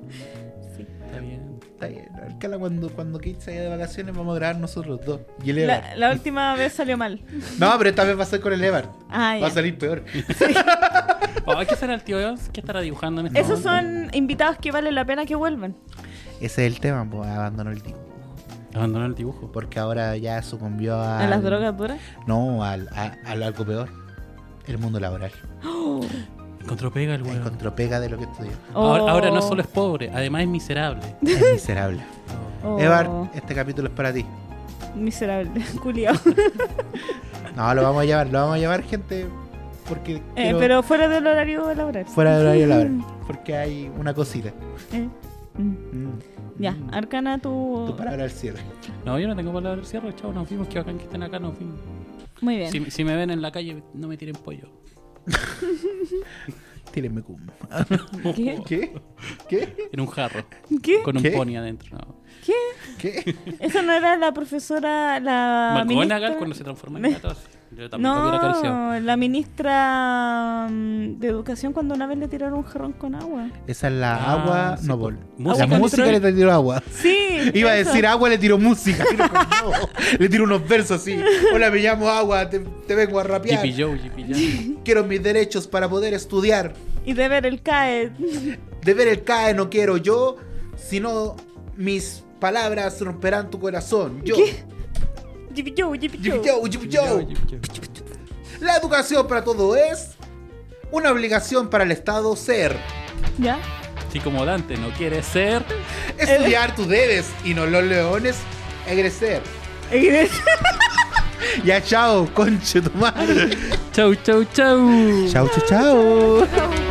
Está bien.
Está bien. Alcala, cuando, cuando Kate se vaya de vacaciones, vamos a grabar nosotros dos. Y el
La,
Evart.
la última vez salió mal.
No, pero esta vez va a ser con el Evart.
Ah,
Va a
ya.
salir peor.
Oh, ¿Qué será el tío Evans? ¿Qué estará dibujando en este
Esos
momento?
son invitados que vale la pena que vuelvan.
Ese es el tema, pues abandonó el dibujo.
Abandonó el dibujo.
Porque ahora ya sucumbió a.
A las drogas duras.
No, al, a, a algo peor. El mundo laboral.
Encontró pega el huevo.
Encontró pega de lo que estudió.
Ahora,
Oh.
ahora no solo es pobre, además es miserable.
Es miserable.
Oh,
Evart, este capítulo es para ti.
Miserable, culiao. Eh,
No, lo vamos a llevar, lo vamos a llevar, gente. Porque.
Eh,
quiero-
pero fuera del horario laboral.
Fuera del horario laboral. Porque hay una cosita.
Eh, mm.
Mm.
Ya,
Mm.
Arcana, tú.
Tu palabra al cierre.
No, yo no tengo palabra del cierre, chao, nos vimos, que bacán que estén acá, nos vimos.
Muy bien.
Si, si me ven en la calle, no me tiren pollo.
Tírenme cum.
¿Qué?
¿Qué? ¿Qué?
En un jarro,
¿Qué?
con un
¿Qué?
pony adentro. No.
¿Qué?
¿Qué?
¿Esa no era la profesora, la
McGonagall
ministra?
cuando se transforma en gato. así. Yo también lo hubiera acariciado.
Ah, No, la ministra mm, de educación cuando una vez le tiraron un jarrón con agua.
Esa es la
Ah,
agua.
sí,
no,
po.
bol.
Música
la música
control.
le tiró agua.
Sí.
Iba a
eso.
decir agua, le tiró música. pero no. le tiró unos versos así. Hola, me llamo agua, te, te vengo a rapear.
Yippee Joe, Yippee Joe.
Quiero mis derechos para poder estudiar.
Y de ver el CAE.
De ver el CAE no quiero yo, sino mis palabras romperán tu corazón. Yo,
Yipi yo, yipi
yo,
yo.
yo, yo, yo.
Yippee Joe.
La educación para todo es una obligación para el Estado ser.
¿Ya?
Así como Dante no quiere ser,
Estudiar tú debes y no los leones egresar. Ya, chao, conche tu madre.
chau, chau, chau.
Chao, chao, chao.
Chau.